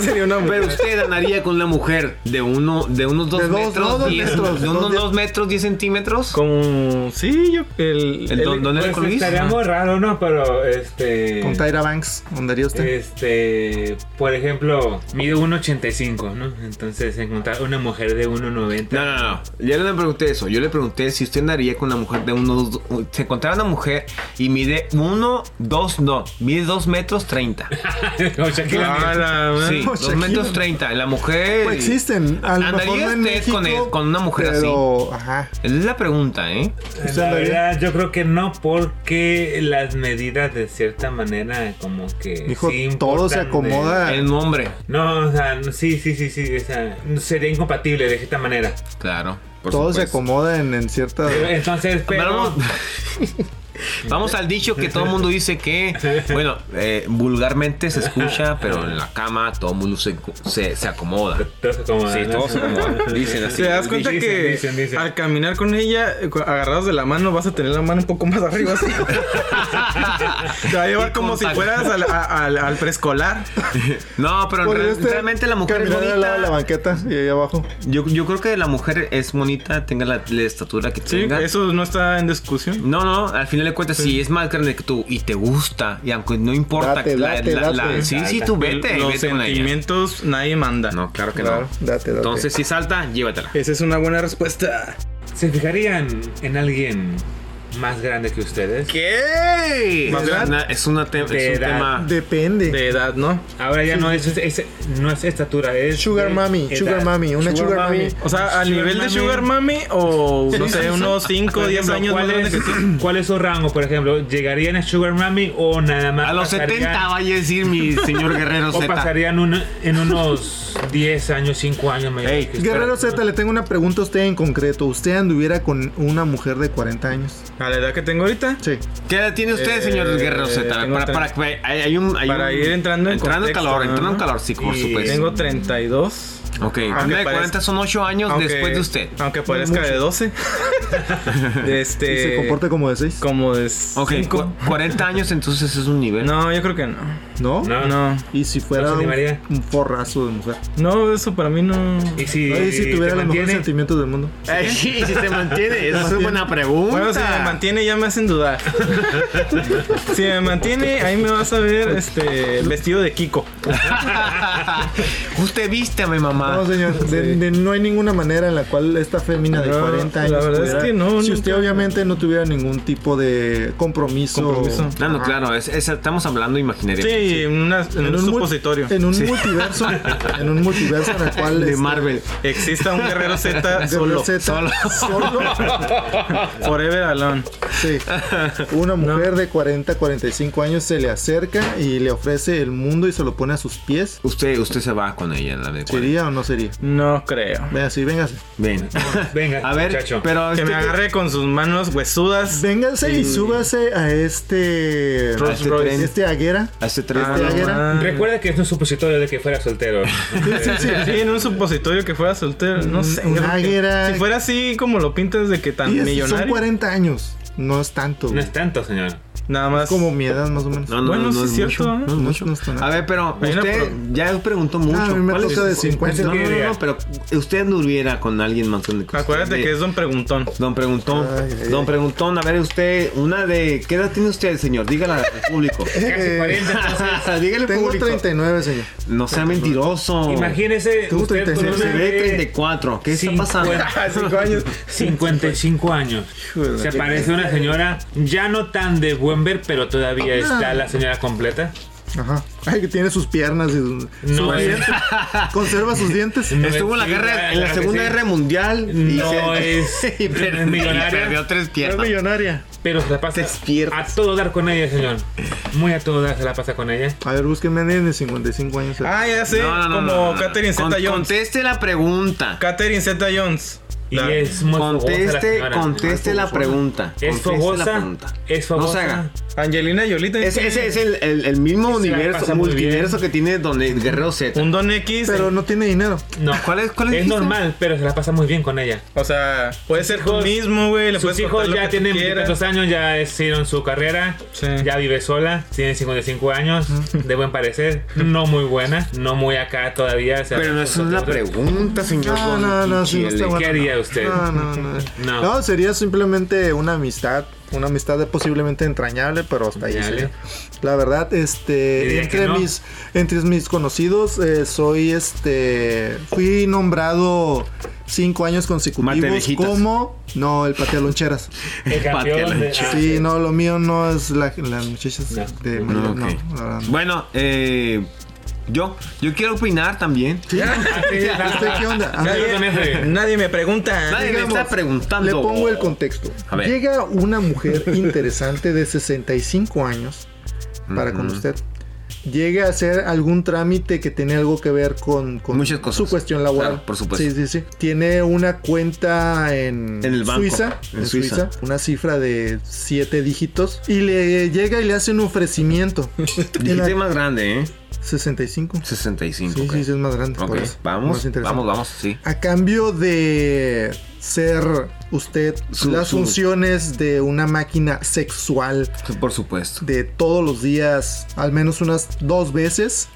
Speaker 2: sería una mujer.
Speaker 8: Pero usted andaría con una mujer de uno, de unos dos,
Speaker 2: De dos,
Speaker 8: metros,
Speaker 2: no, dos
Speaker 8: diez-
Speaker 2: metros,
Speaker 8: de unos
Speaker 2: dos,
Speaker 8: dos metros, 10 centímetros.
Speaker 1: Como sí, yo el,
Speaker 8: el don, don L con
Speaker 3: Pues
Speaker 8: Luis.
Speaker 3: estaría muy raro, ¿no? Pero este.
Speaker 2: Con Tyra Banks, ¿andaría usted?
Speaker 8: Eh,
Speaker 3: Este, por ejemplo, mide 1.85, ¿no? Entonces, encontrar una mujer de 1.90. [laughs]
Speaker 8: No, no, no. Yo no le pregunté eso. Yo le pregunté si usted andaría con una mujer de unos. dos- Se encontrara una mujer y mide uno, dos, no. Mide dos
Speaker 2: [laughs]
Speaker 8: metros treinta. Ah,
Speaker 3: Shakira.
Speaker 8: Sí,
Speaker 2: Como
Speaker 8: dos
Speaker 2: Shakira.
Speaker 8: metros treinta. La mujer.
Speaker 2: Pues existen, a lo mejor
Speaker 8: ¿Andaría
Speaker 2: no en
Speaker 8: usted con,
Speaker 2: México,
Speaker 8: el- con una mujer
Speaker 2: pero, así? Ajá.
Speaker 8: Esa es la pregunta, ¿eh?
Speaker 3: La verdad, yo creo que no, porque las medidas de cierta manera, como que.
Speaker 2: Hijo,
Speaker 3: sí
Speaker 2: todo se
Speaker 3: importan de-
Speaker 2: acomoda.
Speaker 8: El nombre.
Speaker 3: No, o sea, sí, sí, sí, sí. O sea, sería incompatible de cierta manera.
Speaker 8: Claro.
Speaker 2: Todo se acomoda en, en cierta.
Speaker 3: Pero
Speaker 8: Ah,
Speaker 3: Entonces, pero.
Speaker 8: Vamos al dicho que todo el mundo dice que, bueno, eh, vulgarmente se escucha, pero en la cama todo el mundo se, se, se acomoda.
Speaker 3: Todo se acomoda,
Speaker 8: Sí,
Speaker 3: ¿no?
Speaker 8: todo se
Speaker 3: [laughs]
Speaker 8: acomoda. Dicen así.
Speaker 1: ¿Te das cuenta
Speaker 8: Dicen,
Speaker 1: que
Speaker 8: dicen, dicen.
Speaker 1: al caminar con ella, eh, cu- agarrados de la mano, vas a tener la mano un poco más arriba?
Speaker 8: [laughs]
Speaker 1: Así? Te va a llevar como si fueras al, a- al- al preescolar.
Speaker 8: No, pero
Speaker 2: Podría
Speaker 8: re-
Speaker 2: usted
Speaker 8: realmente la mujer es
Speaker 2: este, caminar al lado Pues, de la
Speaker 8: bonita.
Speaker 2: banqueta y ahí abajo.
Speaker 8: Yo, yo creo que la mujer es bonita, tenga la, la estatura que
Speaker 1: Sí,
Speaker 8: tenga.
Speaker 1: eso no está en discusión.
Speaker 8: No, no, al final de cuentas, si es más grande que tú y te gusta, y aunque no importa,
Speaker 1: Date,
Speaker 8: la,
Speaker 1: date,
Speaker 8: la-
Speaker 1: date.
Speaker 8: la- sí, sí, tú vete.
Speaker 1: Los
Speaker 8: vete con ella.
Speaker 1: sentimientos nadie manda.
Speaker 8: No, claro que
Speaker 1: Claro,
Speaker 8: no.
Speaker 2: date, date.
Speaker 8: Entonces, si salta, llévatela.
Speaker 1: Esa es una buena respuesta.
Speaker 3: ¿Se fijarían en alguien más grande que ustedes.
Speaker 8: ¿Qué?
Speaker 3: Más
Speaker 8: Es
Speaker 3: grande.
Speaker 8: una- es una tem-
Speaker 3: De
Speaker 8: es un
Speaker 3: edad.
Speaker 8: tema.
Speaker 2: Depende.
Speaker 1: De edad, ¿no?
Speaker 3: Ahora ya no es, es- no es estatura, es.
Speaker 2: Sugar
Speaker 3: de
Speaker 2: Mami,
Speaker 3: edad.
Speaker 2: Sugar Mami, una Sugar, Mami.
Speaker 1: O sea, al nivel de Sugar Mami o no
Speaker 3: Sí,
Speaker 1: sé,
Speaker 3: sí, sí.
Speaker 1: unos
Speaker 3: Por
Speaker 1: 5, 10
Speaker 3: ejemplo,
Speaker 1: años más
Speaker 3: ¿cuál
Speaker 1: grande
Speaker 3: es-
Speaker 1: que tú.
Speaker 3: [clears throat] ¿Cuál es su rango, por ejemplo? ¿Llegarían a Sugar Mami o nada más?
Speaker 8: A los 70 vaya a decir mi señor Guerrero
Speaker 3: [laughs] O
Speaker 8: Z.
Speaker 3: pasarían un- en unos 10 años, 5 años mayor que usted.
Speaker 2: Guerrero Z, le tengo una pregunta a usted en concreto. ¿Usted anduviera con una mujer de 40 años?
Speaker 1: A la edad que tengo ahorita.
Speaker 2: Sí.
Speaker 8: ¿Qué edad tiene usted,
Speaker 1: Eh,
Speaker 8: señor Guerrero Z?
Speaker 1: tengo
Speaker 8: Para, para, que- hay, hay un, hay
Speaker 1: Para
Speaker 8: un-
Speaker 1: ir entrando en
Speaker 8: entrando
Speaker 1: contexto,
Speaker 8: calor,
Speaker 1: ¿no?
Speaker 8: entrando en calor, sí, por
Speaker 1: Y
Speaker 8: supuesto.
Speaker 1: Tengo 32.
Speaker 8: Ok,
Speaker 1: Aunque
Speaker 8: hombre de
Speaker 1: parezca- Ah,
Speaker 8: 40 son 8 años
Speaker 1: aunque-
Speaker 8: después de usted.
Speaker 1: Aunque parezca de 12. este,
Speaker 2: Y se comporte como de 6.
Speaker 1: como de
Speaker 8: Ok,
Speaker 1: cinco.
Speaker 8: cu- 40 años entonces es un nivel.
Speaker 1: No, yo creo que no.
Speaker 2: ¿No?
Speaker 3: No,
Speaker 1: No.
Speaker 2: Y si fuera
Speaker 3: ¿No se
Speaker 2: un,
Speaker 3: animaría?
Speaker 2: un forrazo de mujer.
Speaker 1: No, eso para mí no.
Speaker 3: Y si,
Speaker 2: Oye, si tuviera
Speaker 3: te
Speaker 2: los mejores
Speaker 3: mantiene,
Speaker 2: sentimientos del mundo.
Speaker 8: Ay, [laughs] sí, si se mantiene, esa es una buena pregunta.
Speaker 1: Bueno, si me mantiene ya me hacen
Speaker 8: [laughs]
Speaker 1: dudar. si me mantiene, ahí me vas a ver este vestido de Kiko.
Speaker 8: [laughs] Usted vístame, mamá.
Speaker 2: No, señor. de- de- no hay ninguna manera en la cual esta fémina de
Speaker 1: No,
Speaker 2: 40
Speaker 1: la
Speaker 2: años.
Speaker 1: verdad es que no,
Speaker 2: Si
Speaker 1: nunca.
Speaker 2: usted obviamente no tuviera ningún tipo de compromiso.
Speaker 1: Compromiso.
Speaker 8: No, no, claro, es, es- estamos hablando imaginaria.
Speaker 1: Sí, en, una- en un,
Speaker 2: mul-
Speaker 1: supositorio.
Speaker 2: En un multiverso. en un multiverso en el cual.
Speaker 8: De
Speaker 2: este,
Speaker 8: Marvel.
Speaker 1: Exista un guerrero Z
Speaker 2: Guerrero
Speaker 1: solo.
Speaker 2: Z, solo.
Speaker 1: Forever alone.
Speaker 2: Sí. Una mujer de 40, 45 años se le acerca y le ofrece el mundo y se lo pone a sus pies.
Speaker 8: Usted, usted se va con ella, la de 40.
Speaker 2: ¿Sería o no sería?
Speaker 1: No creo.
Speaker 2: Venga, sí, véngase.
Speaker 8: Ven.
Speaker 3: Venga,
Speaker 8: A ver,
Speaker 3: muchacho.
Speaker 8: pero. este
Speaker 1: Que
Speaker 8: usted-
Speaker 1: me agarre con sus manos huesudas.
Speaker 2: Véngase y súbase a este.
Speaker 8: A este tren.
Speaker 2: Este Aguera.
Speaker 8: Hace tres
Speaker 2: Ah,
Speaker 8: años.
Speaker 2: no.
Speaker 1: Ah.
Speaker 3: Recuerda que es un supositorio de que fuera soltero.
Speaker 1: Sí, sí, sí, en un supositorio que fuera soltero, no sé.
Speaker 2: Una
Speaker 1: yo creo que-
Speaker 2: guerra.
Speaker 1: Si fuera así como lo pintas de que tan
Speaker 2: Y es- Son
Speaker 1: millonario,
Speaker 2: 40 años. No es tanto.
Speaker 3: No
Speaker 2: güey.
Speaker 3: es tanto, señor.
Speaker 1: nada más.
Speaker 2: Como mi edad, más o menos.
Speaker 8: No, no,
Speaker 1: bueno,
Speaker 8: no,
Speaker 1: sí
Speaker 8: no
Speaker 1: es cierto.
Speaker 8: mucho.
Speaker 1: ¿eh?
Speaker 2: No, no es- no es tan-
Speaker 8: A ver, pero
Speaker 1: Hay una
Speaker 8: usted
Speaker 1: pro-
Speaker 8: ya preguntó mucho.
Speaker 2: a mí me
Speaker 8: ¿Cuál es
Speaker 2: toca
Speaker 8: su-
Speaker 2: de
Speaker 8: su-
Speaker 2: 50.
Speaker 8: No, no,
Speaker 3: idea?
Speaker 8: no, pero usted anduviera con alguien más grande que usted.
Speaker 1: Acuérdate que es don preguntón.
Speaker 8: Don Preguntón.
Speaker 2: Ay, ay,
Speaker 8: don
Speaker 2: ay.
Speaker 8: Preguntón, a ver usted, una de... ¿Qué edad tiene usted, señor? Dígala al público. [laughs]
Speaker 2: Eh,
Speaker 8: Dígale al
Speaker 2: Tengo
Speaker 8: público.
Speaker 2: 39, señor.
Speaker 8: No sea mentiroso.
Speaker 3: Imagínese
Speaker 2: Tú
Speaker 3: usted con
Speaker 2: 36,
Speaker 3: una
Speaker 8: Se ve
Speaker 3: de
Speaker 8: 34. ¿Qué está pasando?
Speaker 3: [laughs] 50, 55 años. Se parece una señora ya no tan de buen ver, pero todavía
Speaker 2: Ah.
Speaker 3: está la señora completa.
Speaker 2: Ajá. Ay, que tiene sus piernas y sus-
Speaker 3: No
Speaker 2: sus
Speaker 3: es-
Speaker 2: dientes. Conserva sus dientes.
Speaker 3: [laughs] No
Speaker 8: Estuvo en la,
Speaker 3: sí,
Speaker 8: guerra, en la
Speaker 3: claro que
Speaker 8: Segunda
Speaker 3: sí.
Speaker 8: Guerra Mundial. y
Speaker 3: No
Speaker 8: se-
Speaker 3: es
Speaker 8: [laughs] y perdió-
Speaker 3: millonaria.
Speaker 8: y perdió tres
Speaker 2: Es
Speaker 8: piernas.
Speaker 2: millonaria.
Speaker 3: Pero se la pasa
Speaker 8: Despierta.
Speaker 3: a todo dar con ella, señor. Muy a todo dar se la pasa con ella.
Speaker 2: A ver, búsquenme a alguien de 55 años.
Speaker 1: Ah, ya sé.
Speaker 8: No, no, no,
Speaker 1: como
Speaker 8: no, no.
Speaker 1: Catherine
Speaker 8: Con-
Speaker 1: Zeta Jones.
Speaker 8: Conteste la pregunta.
Speaker 1: Catherine Zeta Jones.
Speaker 3: Y
Speaker 1: La-
Speaker 3: es muy fogosa la
Speaker 8: Conteste,
Speaker 3: señora.
Speaker 8: conteste la pregunta.
Speaker 3: Es
Speaker 8: Conteste la
Speaker 3: fogosa.
Speaker 8: pregunta.
Speaker 3: Es fogosa.
Speaker 8: No se haga.
Speaker 1: Angelina Yolita.
Speaker 8: Ese, ese es el, el- el mismo
Speaker 3: Se la
Speaker 8: universo,
Speaker 3: pasa muy
Speaker 8: multiverso que tiene Don el Guerrero Z.
Speaker 1: Un don X.
Speaker 2: Pero no tiene dinero.
Speaker 3: No,
Speaker 8: ¿Cuál es- cuál es
Speaker 3: es
Speaker 8: dijiste?
Speaker 3: normal, pero se la pasa muy bien con ella.
Speaker 1: O sea, puede ser tú
Speaker 3: hijos-
Speaker 1: mismo, güey. Le
Speaker 3: Sus
Speaker 1: puedes
Speaker 3: hijos
Speaker 1: cortar lo que
Speaker 3: ya
Speaker 1: tú
Speaker 3: tienen
Speaker 1: quieras.
Speaker 3: veintitantos años, ya hicieron su carrera,
Speaker 1: Sí.
Speaker 3: ya vive sola, tiene 55 años, de buen parecer, no muy buena, no muy acá todavía. o sea,
Speaker 8: Pero no es una pregunta, señor.
Speaker 2: No,
Speaker 8: Don
Speaker 2: no, no, sí, no
Speaker 8: Chile.
Speaker 2: está bueno.
Speaker 3: ¿Qué haría usted?
Speaker 2: No, no, no.
Speaker 3: [laughs] No.
Speaker 2: No, sería simplemente una amistad. Una amistad de posiblemente entrañable, pero hasta ahí.
Speaker 3: Entrañable.
Speaker 2: sería. La verdad, este.
Speaker 3: Diría que
Speaker 2: Entre
Speaker 3: no.
Speaker 2: mis. Entre mis conocidos, eh, soy este. Fui nombrado cinco años
Speaker 8: Mate de
Speaker 2: consecutivos
Speaker 8: hijitas.
Speaker 2: como. No, el patea loncheras.
Speaker 3: El campeón de- ah,
Speaker 2: Sí, no, lo mío no es la, las muchachas
Speaker 3: No.
Speaker 2: de
Speaker 8: No,
Speaker 2: no,
Speaker 8: ok.
Speaker 2: la verdad
Speaker 8: [laughs]
Speaker 2: no.
Speaker 8: Bueno, eh, yo, yo quiero opinar también.
Speaker 3: sí, la-
Speaker 2: ¿Usted qué onda? A
Speaker 3: Nadie-
Speaker 2: ver,
Speaker 3: Yo también soy-
Speaker 1: Nadie me pregunta.
Speaker 8: Nadie me
Speaker 2: digamos,
Speaker 8: está preguntando.
Speaker 2: le pongo el contexto.
Speaker 8: A ver.
Speaker 2: Llega una
Speaker 8: [laughs]
Speaker 2: mujer interesante de 65 años para con
Speaker 8: Ujú.
Speaker 2: usted. Llega a hacer algún trámite que tiene algo que ver con, con
Speaker 8: Muchas cosas.
Speaker 2: su cuestión laboral.
Speaker 8: Claro, por supuesto.
Speaker 2: Sí, sí, sí. Tiene una cuenta en,
Speaker 8: En el banco,
Speaker 2: Suiza.
Speaker 8: en
Speaker 2: En,
Speaker 8: Suiza.
Speaker 2: Suiza. Una cifra de 7 dígitos. Y le llega y le hace un
Speaker 8: [laughs]
Speaker 2: ofrecimiento.
Speaker 8: Dijiste
Speaker 2: En la-
Speaker 8: más grande, ¿eh?
Speaker 2: 65.
Speaker 8: 65.
Speaker 2: Sí,
Speaker 8: ok.
Speaker 2: sí, sí, es más grande.
Speaker 8: Ok,
Speaker 2: por eso. Más
Speaker 8: vamos,
Speaker 2: interesante.
Speaker 8: vamos, vamos, sí.
Speaker 2: A cambio de ser usted
Speaker 8: Su-
Speaker 2: las
Speaker 8: su-
Speaker 2: funciones de una máquina sexual
Speaker 8: Por supuesto.
Speaker 2: de todos los días, al menos unas dos veces.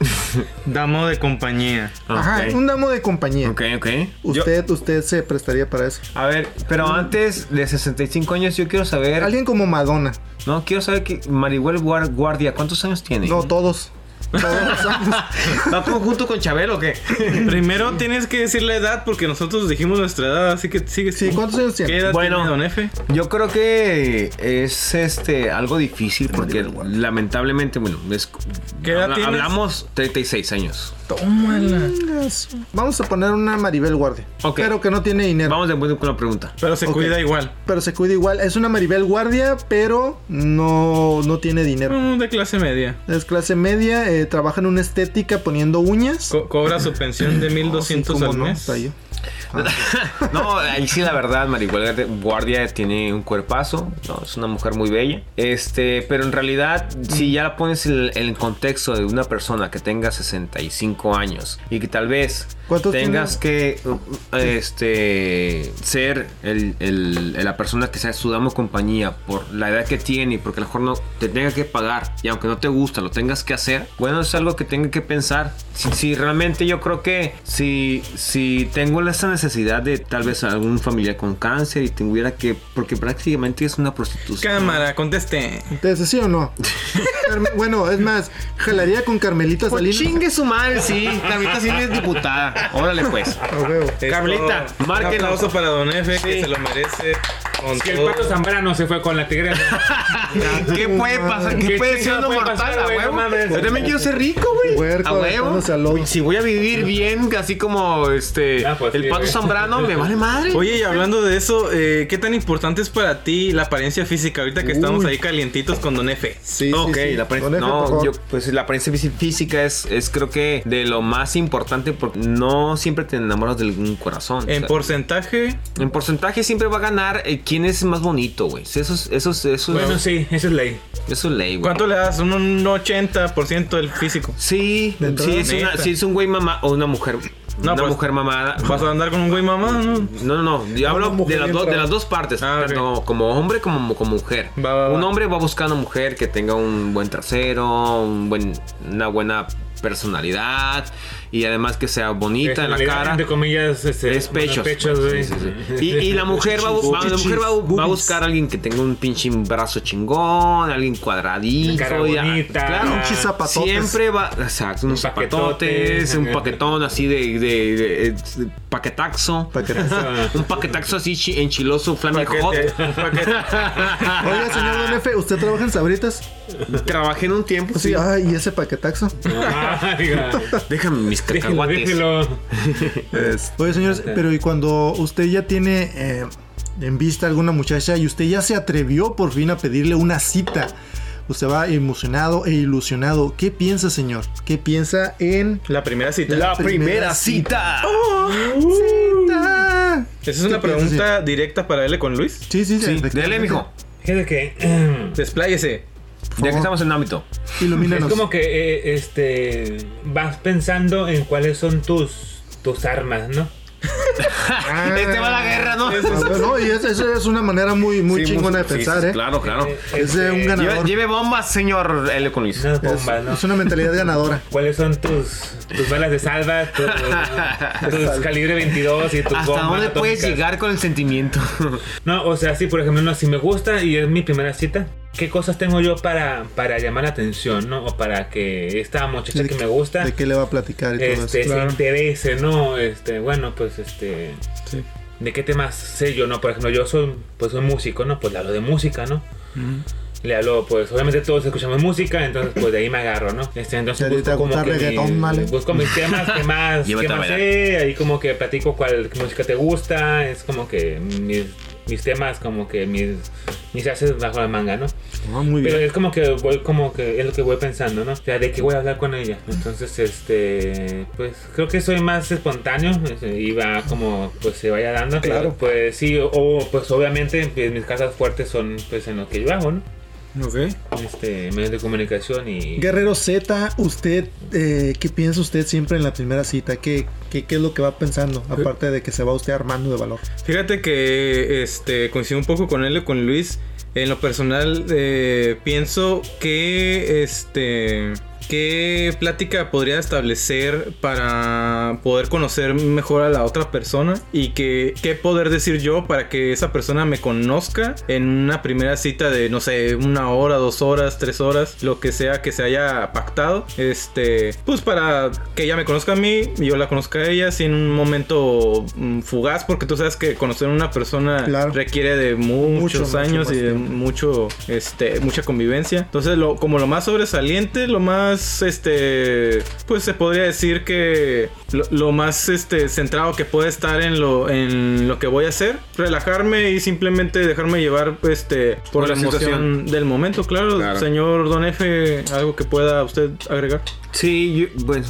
Speaker 1: Damo de compañía.
Speaker 2: Ajá,
Speaker 8: Ah, Ok.
Speaker 2: un damo de compañía.
Speaker 8: Ok, ok. Yo-
Speaker 2: Usted, usted se prestaría para eso.
Speaker 8: a ver, pero
Speaker 2: Mm.
Speaker 8: antes de 65 años, yo quiero saber.
Speaker 2: Alguien como Madonna.
Speaker 8: No, quiero saber que Maribel Guar- Guardia, ¿cuántos años tiene?
Speaker 2: No, todos. Todos los años.
Speaker 1: ¿Va conjunto con Chabelo o qué? [laughs] Primero tienes que decir la edad porque nosotros dijimos nuestra edad, así que sigue. Sí,
Speaker 2: ¿cuántos años
Speaker 1: ¿Qué edad
Speaker 8: Bueno,
Speaker 1: tiene Don F?
Speaker 8: Yo creo que es este algo difícil porque lamentablemente, bueno, es-
Speaker 1: ¿Qué edad
Speaker 8: habla-
Speaker 1: tienes?
Speaker 8: hablamos 36 años.
Speaker 2: Tómala. Vamos a poner una Maribel Guardia. Pero que no tiene dinero.
Speaker 8: Vamos de vuelta con la pregunta.
Speaker 1: Pero
Speaker 2: Ok. Pero se cuida igual. Es una Maribel Guardia, pero no, no tiene dinero.
Speaker 1: Mm, De clase media.
Speaker 2: Es clase media, eh, trabaja en una estética poniendo uñas. Oh,
Speaker 1: Co- cobra su pensión de 1200
Speaker 2: cómo
Speaker 1: al
Speaker 2: no,
Speaker 1: mes.
Speaker 2: está ahí.
Speaker 8: [laughs] No, ahí sí la verdad, Maribel Guardia tiene un cuerpazo, ¿no? es una mujer muy bella. Este, pero en realidad, si ya la pones en el, en el contexto de una persona que tenga 65 años y que tal vez
Speaker 2: ¿Cuántos
Speaker 8: tengas que uh, este, ser el- el- la persona que sea su dama o compañía por la edad que tiene y porque a lo mejor no te tenga que pagar y aunque no te gusta lo tengas que hacer, bueno, es algo que tenga que pensar. Si, si realmente yo creo que si, si tengo esa necesidad de tal vez algún familiar con cáncer y tuviera que, porque prácticamente es una prostitución.
Speaker 1: Cámara, conteste.
Speaker 2: Entonces, ¿sí o [laughs] no? Carme- bueno, es más, jalaría con Carmelita Salinas.
Speaker 8: Pues chingue su madre, sí. Carmelita Salinas es diputada. Órale, pues.
Speaker 2: A huevo.
Speaker 3: Carmelita,
Speaker 1: Un
Speaker 3: márquenos.
Speaker 1: aplauso para Don F,
Speaker 3: Sí.
Speaker 1: que se lo merece. Con
Speaker 3: Es que el
Speaker 1: todo.
Speaker 3: pato Zambrano se fue con
Speaker 8: [laughs]
Speaker 3: la tigresa.
Speaker 8: ¿Qué puede pasar? ¿Qué,
Speaker 3: ¿Qué
Speaker 8: puede ser
Speaker 3: chingado
Speaker 8: uno
Speaker 3: puede
Speaker 8: mortal?
Speaker 3: pasar,
Speaker 8: a
Speaker 3: güey? No
Speaker 8: huevo.
Speaker 3: mames.
Speaker 8: Yo también quiero ser rico, güey.
Speaker 2: Puerco,
Speaker 8: A huevo.
Speaker 2: dándose al lobo.
Speaker 8: Si voy a vivir bien, así como este
Speaker 3: Ah, pues
Speaker 8: el
Speaker 3: sí,
Speaker 8: pato
Speaker 3: güey.
Speaker 8: Zambrano, me vale madre.
Speaker 1: Oye, y hablando de eso, eh, ¿qué tan importante es para ti la apariencia física ahorita que estamos ahí calientitos con Don F?
Speaker 2: Sí,
Speaker 8: ok,
Speaker 2: sí, sí.
Speaker 8: la
Speaker 2: Don
Speaker 8: apariencia.
Speaker 2: F, por
Speaker 8: No,
Speaker 2: favor.
Speaker 8: yo, pues la apariencia fisi- física es, es creo que de lo más importante porque no siempre te enamoras de algún corazón. o
Speaker 1: En
Speaker 8: sea,
Speaker 1: porcentaje,
Speaker 8: en porcentaje siempre va a ganar eh, quién es más bonito, güey. Sí, Eso es, eso es, eso
Speaker 3: Bueno,
Speaker 8: es,
Speaker 3: sí, eso es ley.
Speaker 8: eso es ley, güey.
Speaker 1: ¿cuánto le das? Un, un 80% del físico.
Speaker 8: Sí,
Speaker 2: De entrada.
Speaker 8: sí es, una-
Speaker 1: Neta.
Speaker 8: sí es un güey mamá o una mujer.
Speaker 1: No,
Speaker 8: una
Speaker 1: pues,
Speaker 8: mujer mamada.
Speaker 1: ¿Vas a andar con un güey mamá? No.
Speaker 8: No, no, no. Yo hablo
Speaker 2: mujer
Speaker 8: de las, dos-
Speaker 2: entra.
Speaker 8: de las dos partes.
Speaker 1: Ah,
Speaker 8: tanto como hombre como como mujer.
Speaker 1: Va, va, va.
Speaker 8: Un hombre va buscando una mujer que tenga un buen trasero, un buen, una buena personalidad y además que sea bonita en la
Speaker 3: Personalidad,
Speaker 8: cara.
Speaker 3: Este, Entre comillas, este,
Speaker 8: Es pechos.
Speaker 3: pechos, pues. güey.
Speaker 8: Sí,
Speaker 3: [laughs]
Speaker 8: sí, sí. Y, y la mujer, va, a bu- va- la mujer va, a bu- va a buscar a alguien que tenga un pinche brazo chingón, alguien cuadradito.
Speaker 3: Cara
Speaker 8: y a-
Speaker 3: bonita.
Speaker 8: Claro,
Speaker 2: Pinches zapatotes.
Speaker 8: Siempre va, exacto, unos zapatotes,
Speaker 3: paquetote.
Speaker 8: un paquetón así de, de- de- eh, de paquetaxo.
Speaker 2: Paquetaxo.
Speaker 8: [laughs] un paquetaxo así chi- enchiloso, flaming hot.
Speaker 1: Paquete, paquete.
Speaker 8: [laughs]
Speaker 2: Oiga, señor Don F, ¿usted trabaja en Sabritas? Pues
Speaker 8: Trabajé en un tiempo.
Speaker 2: Sí, ah. ay, ¿y ese paquetaxo?
Speaker 3: Ah, diga.
Speaker 8: [laughs] Déjame mis
Speaker 3: Déjelo,
Speaker 8: cacahuates.
Speaker 3: déjelo.
Speaker 2: Oye, señores,
Speaker 8: Este.
Speaker 2: pero ¿y cuando usted ya tiene eh, en vista alguna muchacha y usted ya se atrevió por fin a pedirle una cita? Usted va emocionado e ilusionado. ¿Qué piensa, señor? ¿Qué piensa en
Speaker 1: La primera cita.
Speaker 8: La
Speaker 2: primera
Speaker 8: primera cita. pues,
Speaker 2: cita?
Speaker 1: Esa es una
Speaker 2: ¿Qué piensas,
Speaker 1: pregunta directa para L con Luis.
Speaker 2: Sí, sí, sí.
Speaker 8: Sí,
Speaker 2: efectivamente.
Speaker 8: dele, mijo.
Speaker 3: Fíjate que. [clears throat]
Speaker 1: Despláyese.
Speaker 8: Ya que estamos en el ámbito.
Speaker 2: Ilumínanos.
Speaker 3: Es como que eh, este vas pensando en cuáles son tus tus armas, ¿no?
Speaker 2: Ah.
Speaker 8: Este va a la guerra, ¿no?
Speaker 2: Ah, bueno, No, y es- eso es una manera muy, muy
Speaker 8: Sí,
Speaker 2: chingona de
Speaker 8: sí, sí,
Speaker 2: pensar,
Speaker 8: sí,
Speaker 2: ¿eh?
Speaker 8: Claro, claro.
Speaker 2: Es de un
Speaker 8: Lleve,
Speaker 2: ganador.
Speaker 8: lleve bombas, señor L. con Luis.
Speaker 3: Una
Speaker 2: Es,
Speaker 3: bomba, ¿no?
Speaker 2: es una mentalidad
Speaker 8: [laughs]
Speaker 2: ganadora.
Speaker 3: ¿Cuáles son tus, tus balas de salva,
Speaker 2: [laughs]
Speaker 3: tu- tus calibre 22 y tus
Speaker 8: ¿Hasta
Speaker 3: bombas
Speaker 8: dónde puedes
Speaker 3: atómicas?
Speaker 8: llegar con el sentimiento?
Speaker 3: No, o sea, sí, por ejemplo, no, si me gusta y es mi primera cita, ¿qué cosas tengo yo para, para llamar la atención, no? O para que esta muchacha
Speaker 2: ¿De
Speaker 3: que
Speaker 2: qué-
Speaker 3: me gusta
Speaker 2: ¿De qué le va a platicar y todo
Speaker 3: este,
Speaker 2: eso?
Speaker 3: se interese, ¿no? Este, bueno, pues este. ¿De qué temas sé yo, no? Por ejemplo, yo soy, pues, soy músico, ¿no? Pues le hablo de música, ¿no? Le hablo, pues obviamente todos escuchamos música, entonces pues de ahí me agarro, ¿no? Este, entonces
Speaker 2: Te
Speaker 3: busco
Speaker 2: gusta
Speaker 3: como que
Speaker 2: reggaetón, vale.
Speaker 3: mis, busco mis temas, que más, que
Speaker 8: Llévate a
Speaker 3: más
Speaker 8: bailar.
Speaker 3: sé, ahí como que platico cuál música te gusta, es como que mis, mis temas, como que mis, mis haces bajo la manga, ¿no?
Speaker 2: Ah, muy
Speaker 3: Pero
Speaker 2: bien.
Speaker 3: es como que voy, como que es lo que voy pensando, ¿no? O sea, de qué voy a hablar con ella. Entonces, este, pues creo que soy más espontáneo este, y va como pues se vaya dando.
Speaker 2: Claro.
Speaker 3: Pues sí, o, o, pues obviamente pues, mis casas fuertes son pues en lo que yo hago, ¿no?
Speaker 1: Ok.
Speaker 3: Este, medios de comunicación y
Speaker 2: Guerrero Z, usted, eh, ¿qué piensa usted siempre en la primera cita? ¿Qué, qué, qué es lo que va pensando? Aparte de que se va usted armando de valor.
Speaker 1: Fíjate que este coincido un poco con él y con Luis. En lo personal eh, pienso que este ¿Qué plática podría establecer para poder conocer mejor a la otra persona? Y que, qué poder decir yo para que esa persona me conozca en una primera cita de, no sé, una hora, dos horas, tres horas, lo que sea que se haya pactado. Este, pues para que ella me conozca a mí, yo la conozca a ella, sin un momento mm, fugaz, porque tú sabes que conocer a una persona
Speaker 2: Claro.
Speaker 1: requiere de mu-
Speaker 2: Mucho,
Speaker 1: muchos
Speaker 2: mucho
Speaker 1: años
Speaker 2: más
Speaker 1: y de mucho, este, mucha convivencia. Entonces, lo, como lo más sobresaliente, lo más, este, pues se podría decir que lo, lo más, este, centrado que puede estar en lo, en lo que voy a hacer, relajarme y simplemente dejarme llevar, este, por,
Speaker 3: Por
Speaker 1: la
Speaker 3: la
Speaker 1: emoción
Speaker 3: situación.
Speaker 1: del momento, claro.
Speaker 3: Claro.
Speaker 1: Señor Don F, algo que pueda usted agregar.
Speaker 8: Sí, yo, bueno,